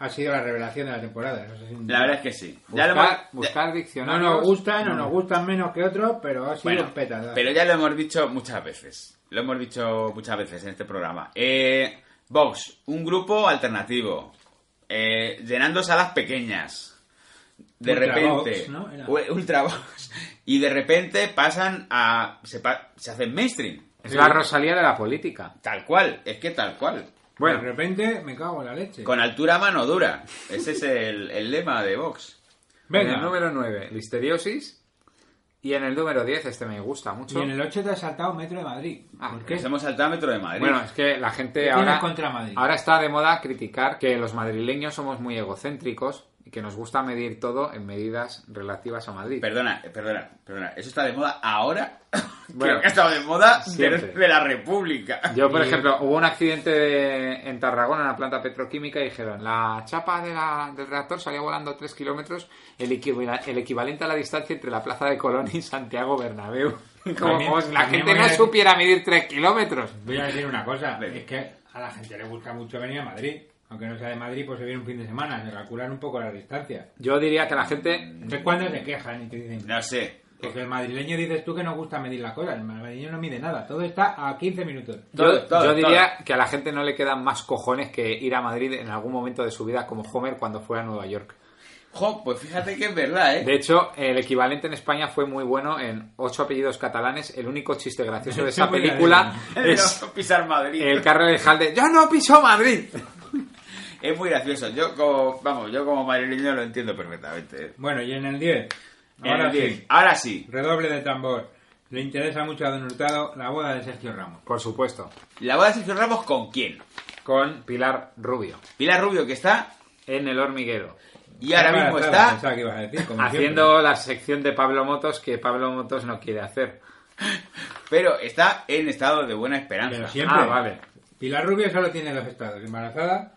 Ha sido la revelación de la temporada. No sé si- La verdad es que sí. Ya lo hemos- Buscar, ya- buscar No diccionarios. nos gustan o nos gustan menos que otros, pero ha sido Bueno, un petardado. pero ya lo hemos dicho muchas veces. Lo hemos dicho muchas veces en este programa. Eh, Vox, un grupo alternativo. eh, llenando salas pequeñas. De Ultravox, repente. ¿no? Era. u- Ultravox. Y de repente pasan a. Se, pa- se hacen mainstream. Es la Rosalía de la política. Tal cual. Es que tal cual. Bueno, De repente me cago en la leche. Con altura mano dura. Ese es el, el lema de Vox. en el Venga, número 9, listeriosis. Y en el número 10, este me gusta y mucho. en el 8 te has saltado Metro de Madrid. Ah, ¿Por qué? Nos hemos saltado a Metro de Madrid. Bueno, es que la gente tienes ahora, contra Madrid? ahora está de moda criticar que los madrileños somos muy egocéntricos que nos gusta medir todo en medidas relativas a Madrid. Perdona, eh, perdona, perdona. ¿Eso está de moda ahora? Bueno, Creo que ha estado de moda siempre. desde la República. Yo, por Y- ejemplo, hubo un accidente de- en Tarragona, en la planta petroquímica, y dijeron, la chapa de la- del reactor salía volando 3 kilómetros, el, equiva- el equivalente a la distancia entre la plaza de Colón y Santiago Bernabéu. Como También- si la también gente voy no a- supiera medir 3 kilómetros. Voy a decir una cosa, Ven. es que a la gente le gusta mucho venir a Madrid. Aunque no sea de Madrid, pues se viene un fin de semana, se calculan un poco las distancias. Yo diría que la gente... Entonces, cuando te quejan y te dicen? No sé. Porque el madrileño dices tú que no gusta medir las cosas, el madrileño no mide nada, todo está a 15 minutos. Todo, yo, todo, yo diría que a la gente no le quedan más cojones que ir a Madrid en algún momento de su vida como Homer cuando fue a Nueva York. Jo, pues fíjate que es verdad, ¿eh? De hecho, el equivalente en España fue muy bueno en ocho apellidos catalanes. El único chiste gracioso de esa Muy bien. película es No pisar Madrid. el carrerejal de ¡Yo no piso Madrid! Es muy gracioso. Yo como, vamos, yo como madrileño lo entiendo perfectamente. ¿eh? Bueno, y en el 10, En ahora el diez. sí, Ahora sí. redoble de tambor. Le interesa mucho a Don Hurtado la boda de Sergio Ramos. Por supuesto, ¿La boda de Sergio Ramos con quién? con Pilar Rubio, Pilar Rubio que está en El Hormiguero, y ahora Para mismo atrás, está pensaba que ibas a decir, como siempre. haciendo la sección de Pablo Motos que Pablo Motos no quiere hacer. Pero está en estado de buena esperanza. Pero siempre. Ah, vale. Pilar Rubio solo tiene dos estados, embarazada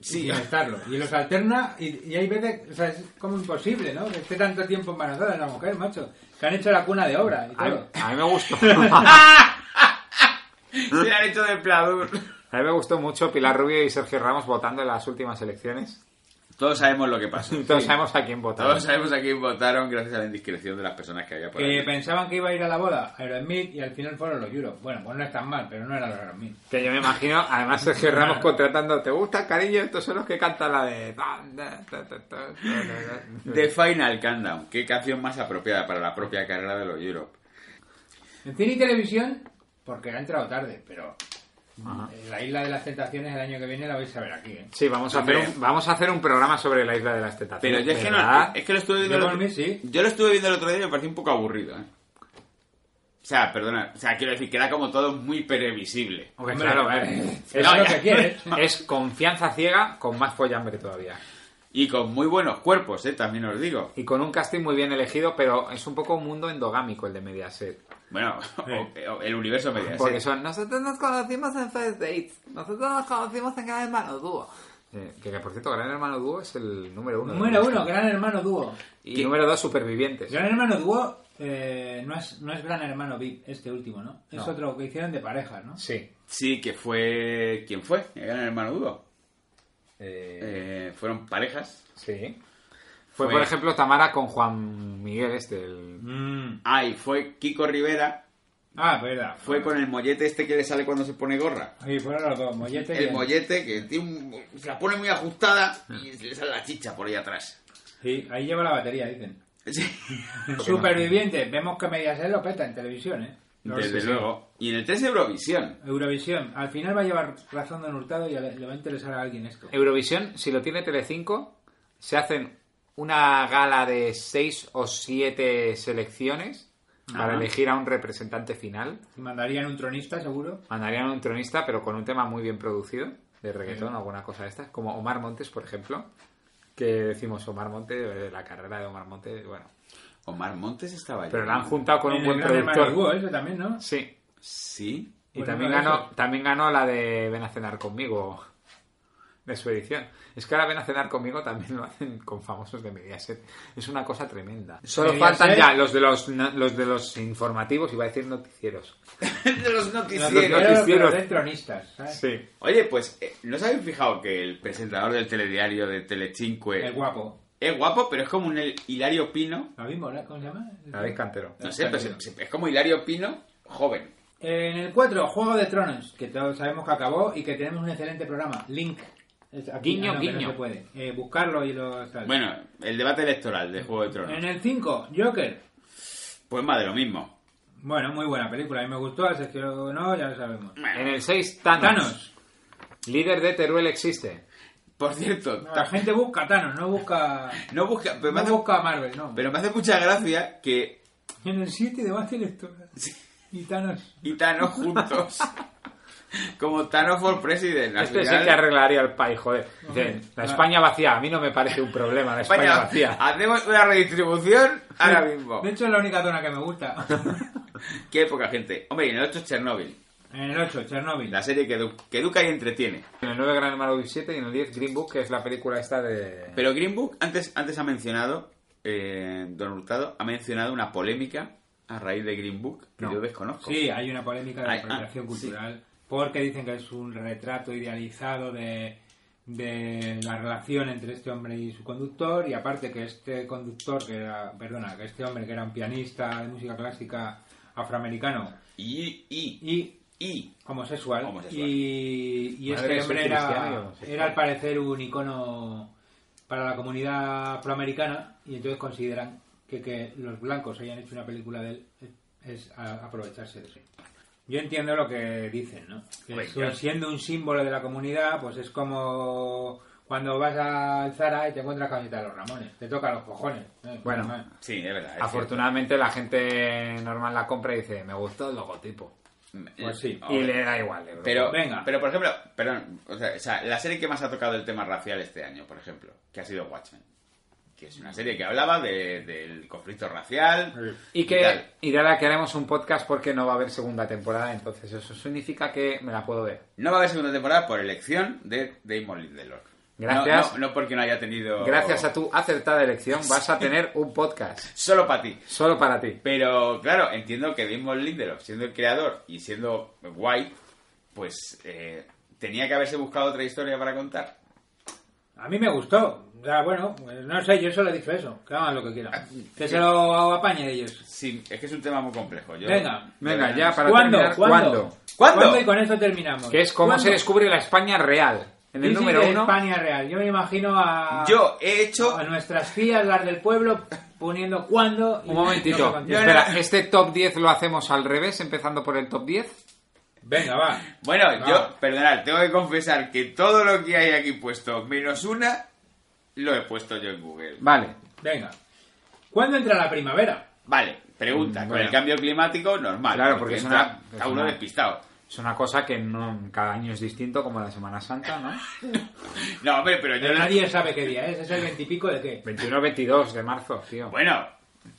y Sí, sin estarlo. Y los alterna y, y hay veces, o sea, es como imposible, ¿no? Que esté tanto tiempo embarazada una mujer, macho. Que han hecho la cuna de obra y A mí, todo. a mí me gustó. se la han hecho de pladur. A mí me gustó mucho Pilar Rubio y Sergio Ramos votando en las últimas elecciones. Todos sabemos lo que pasó. Todos sabemos a quién votaron. Todos sabemos a quién votaron gracias a la indiscreción de las personas que había por Eh, Que ahí. pensaban que iba a ir a la boda Aerosmith y al final fueron los Euro. Bueno, pues no es tan mal, pero no era los Aerosmith. Que yo me imagino, además Sergio Ramos contratando, ¿te gusta, cariño? Estos son los que cantan la de... The Final Countdown. Qué canción más apropiada para la propia carrera de los Europe. En cine y televisión, porque ha entrado tarde, pero eh, la Isla de las Tentaciones el año que viene la vais a ver aquí, ¿eh? Sí, vamos a, hacer Hombre. un, vamos a hacer un programa sobre la isla de las Pero tentaciones. yo es que, no, ¿verdad? es que lo estuve viendo Yo el por otro- mí sí. yo lo estuve viendo el otro día y me pareció un poco aburrido. ¿eh? O sea, perdona, o sea, quiero decir que era como todo muy previsible. Hombre, Hombre, claro, eh, Es No, lo ya. que quieres. Es confianza ciega con más follambre todavía. Y con muy buenos cuerpos, ¿eh? también os digo. Y con un casting muy bien elegido, pero es un poco un mundo endogámico el de Mediaset. Bueno, o- o- el universo media. Porque son, nosotros nos conocimos en First Dates, nosotros nos conocimos en Gran Hermano Dúo. Eh, que, que, por cierto, Gran Hermano Dúo es el número uno. de Número nuestra- uno, Gran Hermano Dúo. Y número dos, Supervivientes. Gran Hermano Dúo eh, no, es, no es Gran Hermano VIP, este último, ¿no? Es No. otro que hicieron de pareja, ¿no? Sí. Sí, que fue... ¿Quién fue? El gran hermano Hugo. Eh, Eh, fueron parejas. sí. Fue, fue- por ejemplo, Tamara con Juan Miguel este. el- Mm. Ah, y fue Kiko Rivera. Ah, verdad. Fue con el mollete este que le sale cuando se pone gorra. Ahí fueron los dos, Mollete y El mollete que tiene un- se la pone muy ajustada Ah. y le sale la chicha por ahí atrás. Sí, ahí lleva la batería, dicen. Sí. Supervivientes, vemos que Mediaset lo peta en televisión, ¿eh? Desde Sí, sí. luego. Y en el test de Eurovisión. Eurovisión, al final va a llevar razón Don Hurtado y le, le va a interesar a alguien esto. Eurovisión, si lo tiene Telecinco, se hacen una gala de seis o siete selecciones para Ajá. elegir a un representante final. Mandarían un tronista, seguro. Mandarían a un tronista, pero con un tema muy bien producido, de reggaetón o alguna cosa de estas, como Omar Montes, por ejemplo. Que decimos Omar Montes, eh, la carrera de Omar Montes, bueno. Omar Montes estaba allí. Pero la han juntado con un En buen el Gran Hermano productor. Hugo, eso también, ¿no? Sí, Sí. Y Bueno, también, para ganó, eso. también ganó la de Ven a cenar conmigo, de su edición. Es que ahora Ven a cenar conmigo también lo hacen con famosos de Mediaset. Es una cosa tremenda. Solo Mediaset. faltan ya los de los, na- los de los informativos, iba a decir noticieros. de los Los Sí, noticieros. noticieros. primeros, pero noticieros. de tronistas, ¿sabes? Sí. Oye, pues, eh, ¿no os habéis fijado que el presentador del telediario de Telecinque El guapo. es guapo, pero es como un el- Hilario Pino? ¿Lo mismo, ¿no? ¿Cómo se llama? David Cantero. No sé, pero se- se- es como Hilario Pino joven. En el 4, Juego de Tronos, que todos sabemos que acabó y que tenemos un excelente programa. Link. Es aquí, Guiño, ah, no, que guiño. No se puede. Eh, buscarlo y lo... tal. Bueno, el debate electoral de Juego de Eh. En Tronos. el 5, Joker. Pues más de lo mismo. Bueno, muy buena película. A mí me gustó, a Sergio no, ya lo sabemos. En el 6, Thanos. Thanos. Líder de Teruel existe. Por cierto, La gente busca a Thanos, no busca... no busca... Pero me, No hace, busca a Marvel, no. pero me hace mucha gracia que En el 7, debate electoral. Y Thanos. y Thanos juntos. Como Thanos for President. al Este sí final- que arreglaría el país, joder. Dice, la España vacía, a mí no me parece un problema, la España vacía. hacemos una redistribución ahora mismo. De hecho, es la única zona que me gusta. Qué poca gente. Hombre, y en el 8 Chernobyl. En el 8, Chernobyl. La serie que, edu- que educa y entretiene. En el 9 Gran Hermano 17 y en el 10 Green Book, que es la película esta de... Pero Green Book, antes, antes ha mencionado, eh, Don Hurtado, ha mencionado una polémica a raíz de Green Book que No. yo desconozco. Sí, hay una polémica de la Ay, ah, apropiación sí. cultural porque dicen que es un retrato idealizado de, de la relación entre este hombre y su conductor y aparte que este conductor que era, perdona, que este hombre que era un pianista de música clásica afroamericano Y, y, y y, homosexual, Homosexual. y, Madre, y este hombre soy cristiano y era, homosexual. era al parecer un icono para la comunidad afroamericana y entonces consideran que que los blancos hayan hecho una película de él es a- aprovecharse de eso. Yo entiendo lo que dicen, ¿no? Que Hombre, su- claro. siendo un símbolo de la comunidad, pues es como cuando vas al Zara y te encuentras camiseta de los Ramones, te toca los cojones. ¿eh? Bueno. Normal. sí, es verdad. es Afortunadamente la gente normal la compra y dice, me gustó el logotipo. cierto. Eh, pues sí. Hombre, Y le da igual. eh, le- Pero, Venga. pero por ejemplo, perdón, o sea, o sea, la serie que más ha tocado el tema racial este año, por ejemplo, que ha sido Watchmen, que es una serie que hablaba de- del conflicto racial Y que, tal. y de la que haremos un podcast porque no va a haber segunda temporada, entonces eso significa que me la puedo ver. No va a haber segunda temporada por elección de Damon Lindelof. Gracias. No, no- no porque no haya tenido. Gracias a tu acertada elección vas a tener un podcast Solo para ti. solo para ti. Pero claro, entiendo que Damon Lindelof, siendo el creador y siendo White, pues eh, tenía que haberse buscado otra historia para contar. A mí me gustó. O sea, bueno, pues no sé, yo solo he dicho eso. Que hagan lo que Ah, quieran. Que se lo apañen ellos. Sí, es que es un tema muy complejo. Yo- Venga, Venga, Pero- ya para ¿Cuándo? terminar, ¿Cuándo? ¿cuándo? ¿Cuándo? Y con esto terminamos. Que es cómo ¿Cuándo? se descubre la España real. En el Crisis número de uno, España real. Yo me imagino a. Yo he hecho Ah, A nuestras tías, las del pueblo, poniendo cuándo. y un no momentito, me contestan. espera, este top 10 lo hacemos al revés, empezando por el top 10. Venga, va. Bueno, Ah. No. yo, perdonad, tengo que confesar que todo lo que hay aquí puesto, menos una, lo he puesto yo en Google. Vale, Venga. ¿Cuándo entra la primavera? Vale, pregunta, con Bueno. el cambio climático, normal. Mm, Claro, porque es una- está, está es uno una- despistado. es una cosa que no, cada año es distinto, como la Semana Santa, ¿no? No, hombre, pero yo Pero no- nadie sabe qué día es. ¿Es el veintipico de qué? 21-22 de marzo, tío. Bueno,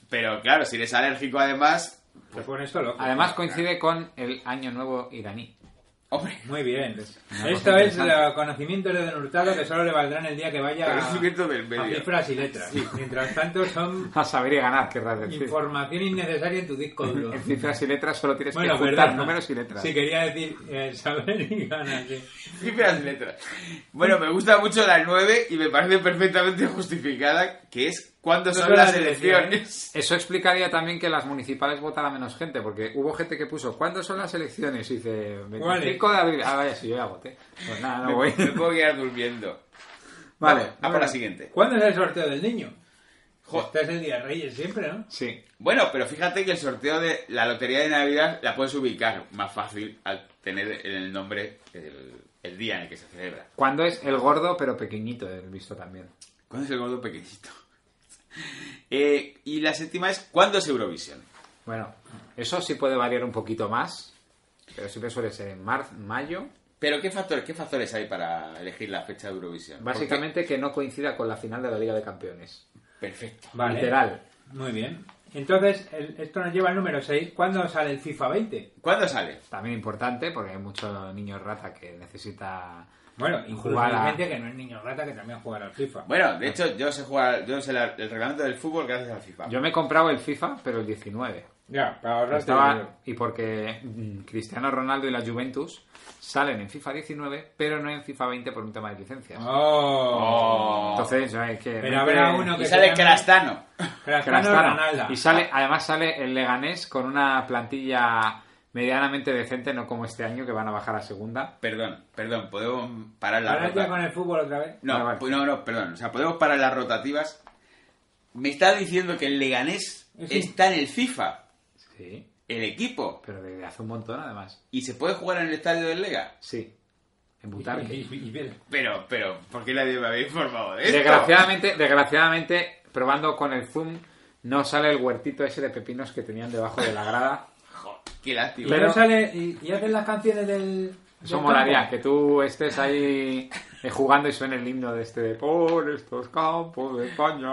pero claro, si eres alérgico además, Te pones todo loco. Además coincide con el Año Nuevo iraní. hombre, Muy bien. cosa Esto es interesante. los conocimientos de Don Hurtado que solo le valdrán el día que vaya a, Conocimiento del medio. a cifras y letras. Mientras tanto, son A saber y ganar, querrás decir. información innecesaria en tu disco duro. En cifras y letras solo tienes bueno, que juntar perdón, ¿no? números y letras. Sí, quería decir eh, saber y ganar. sí. cifras y letras. Bueno, me gusta mucho la 9 y me parece perfectamente justificada, que es cuando No son son las las elecciones. Eso explicaría también que las municipales votara menos gente, porque hubo gente que puso, ¿cuándo son las elecciones? Y dice, 25 de abril. Ah, vaya, si yo ya voté. Pues nada, no voy. Me puedo quedar durmiendo. Vale, Vamos, a por la siguiente. ¿Cuándo es el sorteo del niño? Jo- Este es el día de Reyes siempre, ¿no? Sí. Bueno, pero fíjate que el sorteo de la lotería de Navidad la puedes ubicar más fácil al tener en el nombre el, el día en el que se celebra. ¿Cuándo es el gordo pero pequeñito? He visto también. ¿Cuándo es el gordo pequeñito? Eh, y la séptima es ¿cuándo es Eurovisión? Bueno, eso sí puede variar un poquito más, pero siempre suele ser en marzo, mayo. Pero ¿qué, factor, qué factores hay para elegir la fecha de Eurovisión? Básicamente que no coincida con la final de la Liga de Campeones. Porque- perfecto. Vale. Literal. Muy bien. Entonces, el- esto nos lleva al número 6. ¿Cuándo sale el FIFA 20? ¿Cuándo sale? También importante porque hay muchos niños rata que necesita Bueno, jugar a- inclusivamente que no es niño rata que también jugará al FIFA. Bueno, de hecho, yo sé jugar, yo sé la- el reglamento del fútbol gracias al FIFA. Yo me he comprado el FIFA, pero el 19. ya, para ahorrarte dinero. Estaba, y porque mm, Cristiano Ronaldo y la Juventus salen en FIFA 19, pero no en FIFA 20 por un tema de licencias. Oh. Oh. Entonces, ya es que... Ah. Pero habrá uno Y que sale se llame- Crastano. Crastano Crastano. Ronaldo. Y sale, además sale el Leganés con una plantilla medianamente decente, no como este año que van a bajar a segunda. Perdón, perdón, podemos parar la Ahora ya rota? con el Ah, fútbol otra vez. No, Vale, vale. pues no, no, perdón. O sea, podemos parar las rotativas. Me está diciendo que el Leganés Sí. está en el FIFA, Sí, el equipo, pero desde hace un montón además. y se puede jugar en el estadio del Lega. Sí, en Y, Butarque. y- y bien. Pero, pero, ¿por qué nadie me había informado de esto? Desgraciadamente, desgraciadamente, probando con el zoom, no sale el huertito ese de pepinos que tenían debajo de la grada. Jo, qué Y lástima. Pero- no sale y, y hacen las canciones del Eso molaría, que tú estés ahí eh, jugando y suene el himno de este por estos campos de España.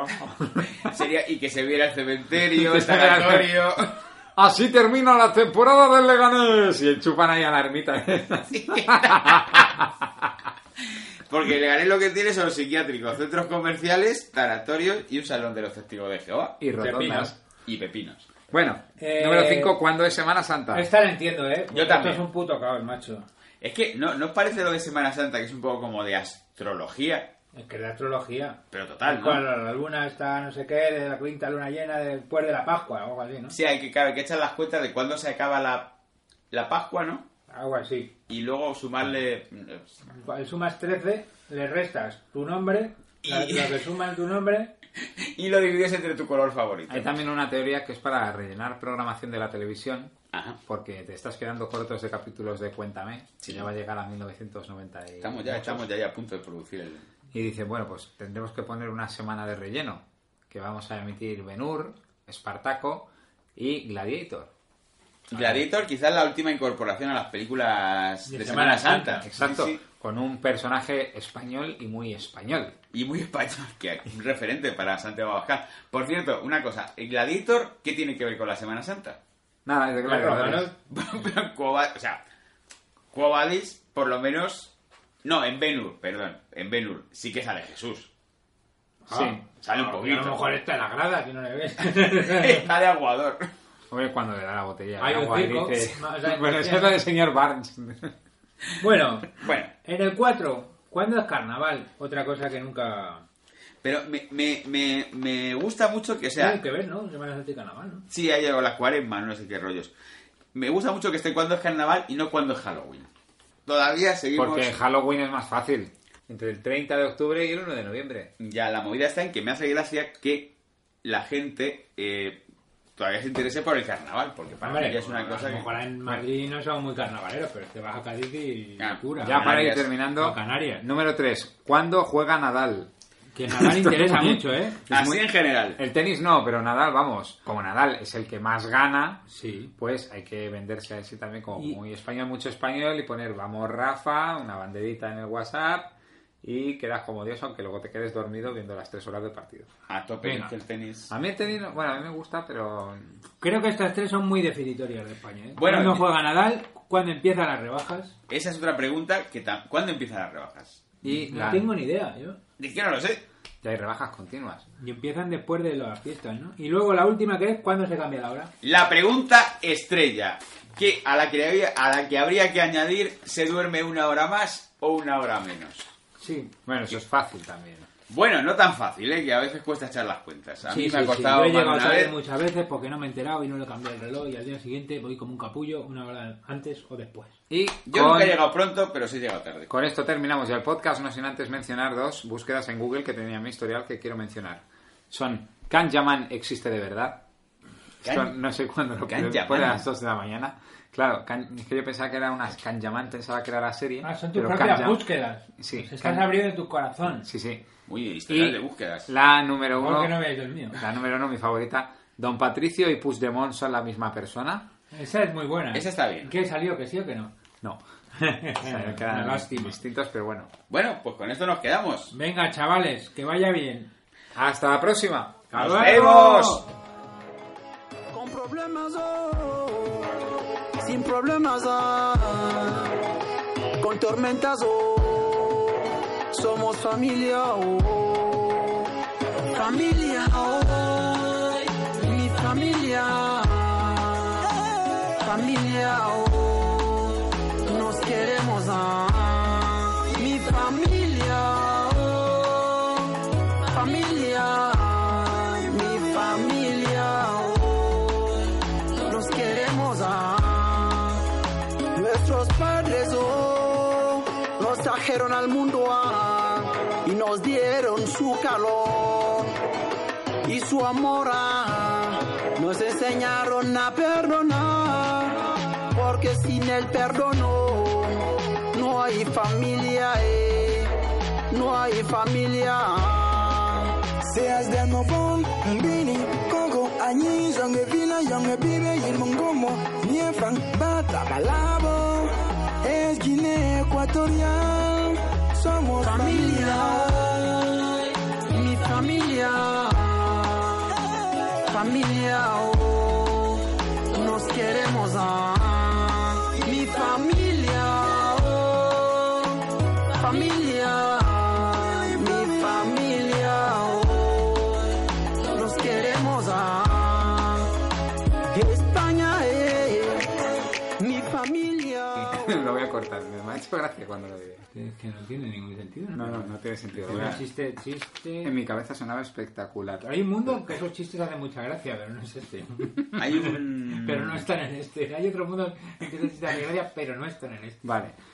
Sería, y que se viera el cementerio, el Se viera el sanatorio. Así termina la temporada del Leganés. Y enchupan ahí a la ermita. Porque el Leganés lo que tiene son psiquiátricos, centros comerciales, tanatorios y un salón de los testigos de Jehová. Y rotondas. Y pepinos. Bueno, Eh, número 5, ¿cuándo es Semana Santa? Esta la entiendo, ¿eh? Porque también. Esto es un puto caos, macho. Es que no, no os parece lo de Semana Santa, que es un poco como de astrología, Es que es de astrología. pero total, Claro, ¿no? la luna está no sé qué, de la quinta luna llena, después de la Pascua, algo así, ¿no? Sí, hay que, claro, hay que echar las cuentas de cuándo se acaba la, la Pascua, ¿no? Algo así. Y luego sumarle... Cuando sumas 13, le restas tu nombre, la, Y- la que suman tu nombre, Y lo divides entre tu color favorito. Hay también una teoría que es para rellenar programación de la televisión, Ajá. porque te estás quedando cortos de capítulos de Cuéntame, si Sí. ya va a llegar a 1990. y- Estamos ya, estamos ya, ya a punto de producir el... Y dice, bueno, pues tendremos que poner una semana de relleno, que vamos a emitir Benur, Espartaco y Gladiator. Gladiator, quizás la última incorporación a las películas de, De Semana, Semana Santa. Exacto, Sí, sí. con un personaje español y muy español. Y muy español, que es un referente para Santiago Abascal. Por cierto, una cosa, ¿el Gladiator qué tiene que ver con la Semana Santa? Nada, es de Claro, gladiadores. ¿no? Pero Quo Va- o sea, Quo Vadis, por lo menos... No, en Benur, perdón, en Benur sí que sale Jesús. Ah. Sí. Ah, Sale un porque poquito. A lo mejor está en la grada, que no le ves. Está de aguador. Hombre, cuando le da la botella de Hay un agua y circo. dice... No, o sea, Bueno, eso es lo del señor Barnes. bueno, Bueno, en el 4, ¿cuándo es carnaval? Otra cosa que nunca... pero me, me, me, me gusta mucho que sea... Tiene que ver, ¿no? Semana Santa y carnaval, ¿no? Sí, hay algo, las cuaresmas, no sé qué rollos. Me gusta mucho que esté cuando es carnaval y no cuando es Halloween. Todavía seguimos... Porque Halloween es más fácil. Entre el 30 de octubre y el 1 de noviembre. Ya, la movida está en que me hace gracia que la gente eh, todavía se interese por el carnaval, porque para mí Hombre, ya es una cosa a lo que... mejor en Madrid no son muy carnavaleros, pero te vas a Cádiz y Ah, locura. Ya para ir Canarias. terminando. A Canarias. Número 3. ¿Cuándo juega Nadal? Que el Nadal interesa mucho, ¿eh? Ah. Así en general. El tenis no, pero Nadal, vamos. Como Nadal es el que más gana, Sí. pues hay que venderse así también como Y- muy español, mucho español y poner vamos Rafa, una banderita en el WhatsApp y quedas como Dios, aunque luego te quedes dormido viendo las tres horas de partido. A tope Venga. que el tenis. A mí el tenis, no- bueno, a mí me gusta, pero Creo que estas tres son muy definitorias de España, ¿eh? Bueno, ¿Cuándo y- juega Nadal? ¿Cuándo empiezan las rebajas? Esa es otra pregunta que... tam- ¿Cuándo empiezan las rebajas? y No la- tengo ni idea, yo. Es que no lo sé. ya hay rebajas continuas. Y empiezan después de las fiestas, ¿no? Y luego la última que es cuándo se cambia la hora. La pregunta estrella, que a la que, le había- a la que habría que añadir, ¿se duerme una hora más o una hora menos? Sí. Bueno, eso es fácil también. Bueno, no tan fácil, ¿eh? que a veces cuesta echar las cuentas. A sí, mí me sí, ha sí. costado Yo he más llegado de a una saber vez. muchas veces porque no me he enterado y no le cambié el reloj y al día siguiente voy como un capullo una hora antes o después. Y Yo con- nunca he llegado pronto, pero sí he llegado tarde. Con esto terminamos ya el podcast, no sin antes mencionar dos búsquedas en Google que tenía en mi historial que quiero mencionar. Son ¿Can Yaman existe de verdad? Esto Can- no sé cuándo lo Can pero Yaman. fue a las 2 de la mañana. Claro, Can- es que yo pensaba que era una Can Yaman, pensaba que era la serie. Ah, son tus pero propias Can Yaman- búsquedas. Sí. Pues estás Can- abriendo tu corazón. Sí, sí. Uy, Y historial de búsquedas. La número uno, Porque no veis el mío. la número uno, mi favorita. Don Patricio y Puigdemont son la misma persona. Esa es muy buena. ¿eh? Esa está bien. ¿Qué salió? ¿Que sí o que no? No. O sea, me quedan Una lástima. distintos, pero bueno. Bueno, pues con esto nos quedamos. Venga, chavales, que vaya bien. Hasta la próxima. ¡Hasta ¡Nos luego! vemos! Con problemas oh, sin problemas ah, con tormentas oh, somos familia oh, familia oh, mi familia familia oh, nos queremos ah, mi familia oh, familia mi familia oh, nos queremos ah. Nuestros padres oh, nos trajeron al mundo ah, y nos dieron su calor y su amor. ah. Nos enseñaron a perdonar, porque sin el perdono no hay familia, eh, no hay familia. Seas de Mobong, Mbini, Congo, Anyi, Zonge Vina, Yonge Bibe, Yin Mongomo, Niefang, Bata, Malabo, es Guinea Ecuatorial. Somos familia. Mi familia. Familia. oh, Nos queremos. ah. Mi familia. oh, Familia. Mi familia. oh, Nos queremos. ah. España. eh, eh, Mi familia. oh. lo voy a cortar, me ha hecho gracia cuando lo diga. Es que no tiene ningún sentido. No, no, no tiene sentido. No Era- existe chiste. En mi cabeza sonaba espectacular. Hay un mundo que esos chistes hacen mucha gracia, pero no es este. Hay un... pero no están en este. Hay otro mundo en que esos chistes hacen gracia, pero no están en este. Vale.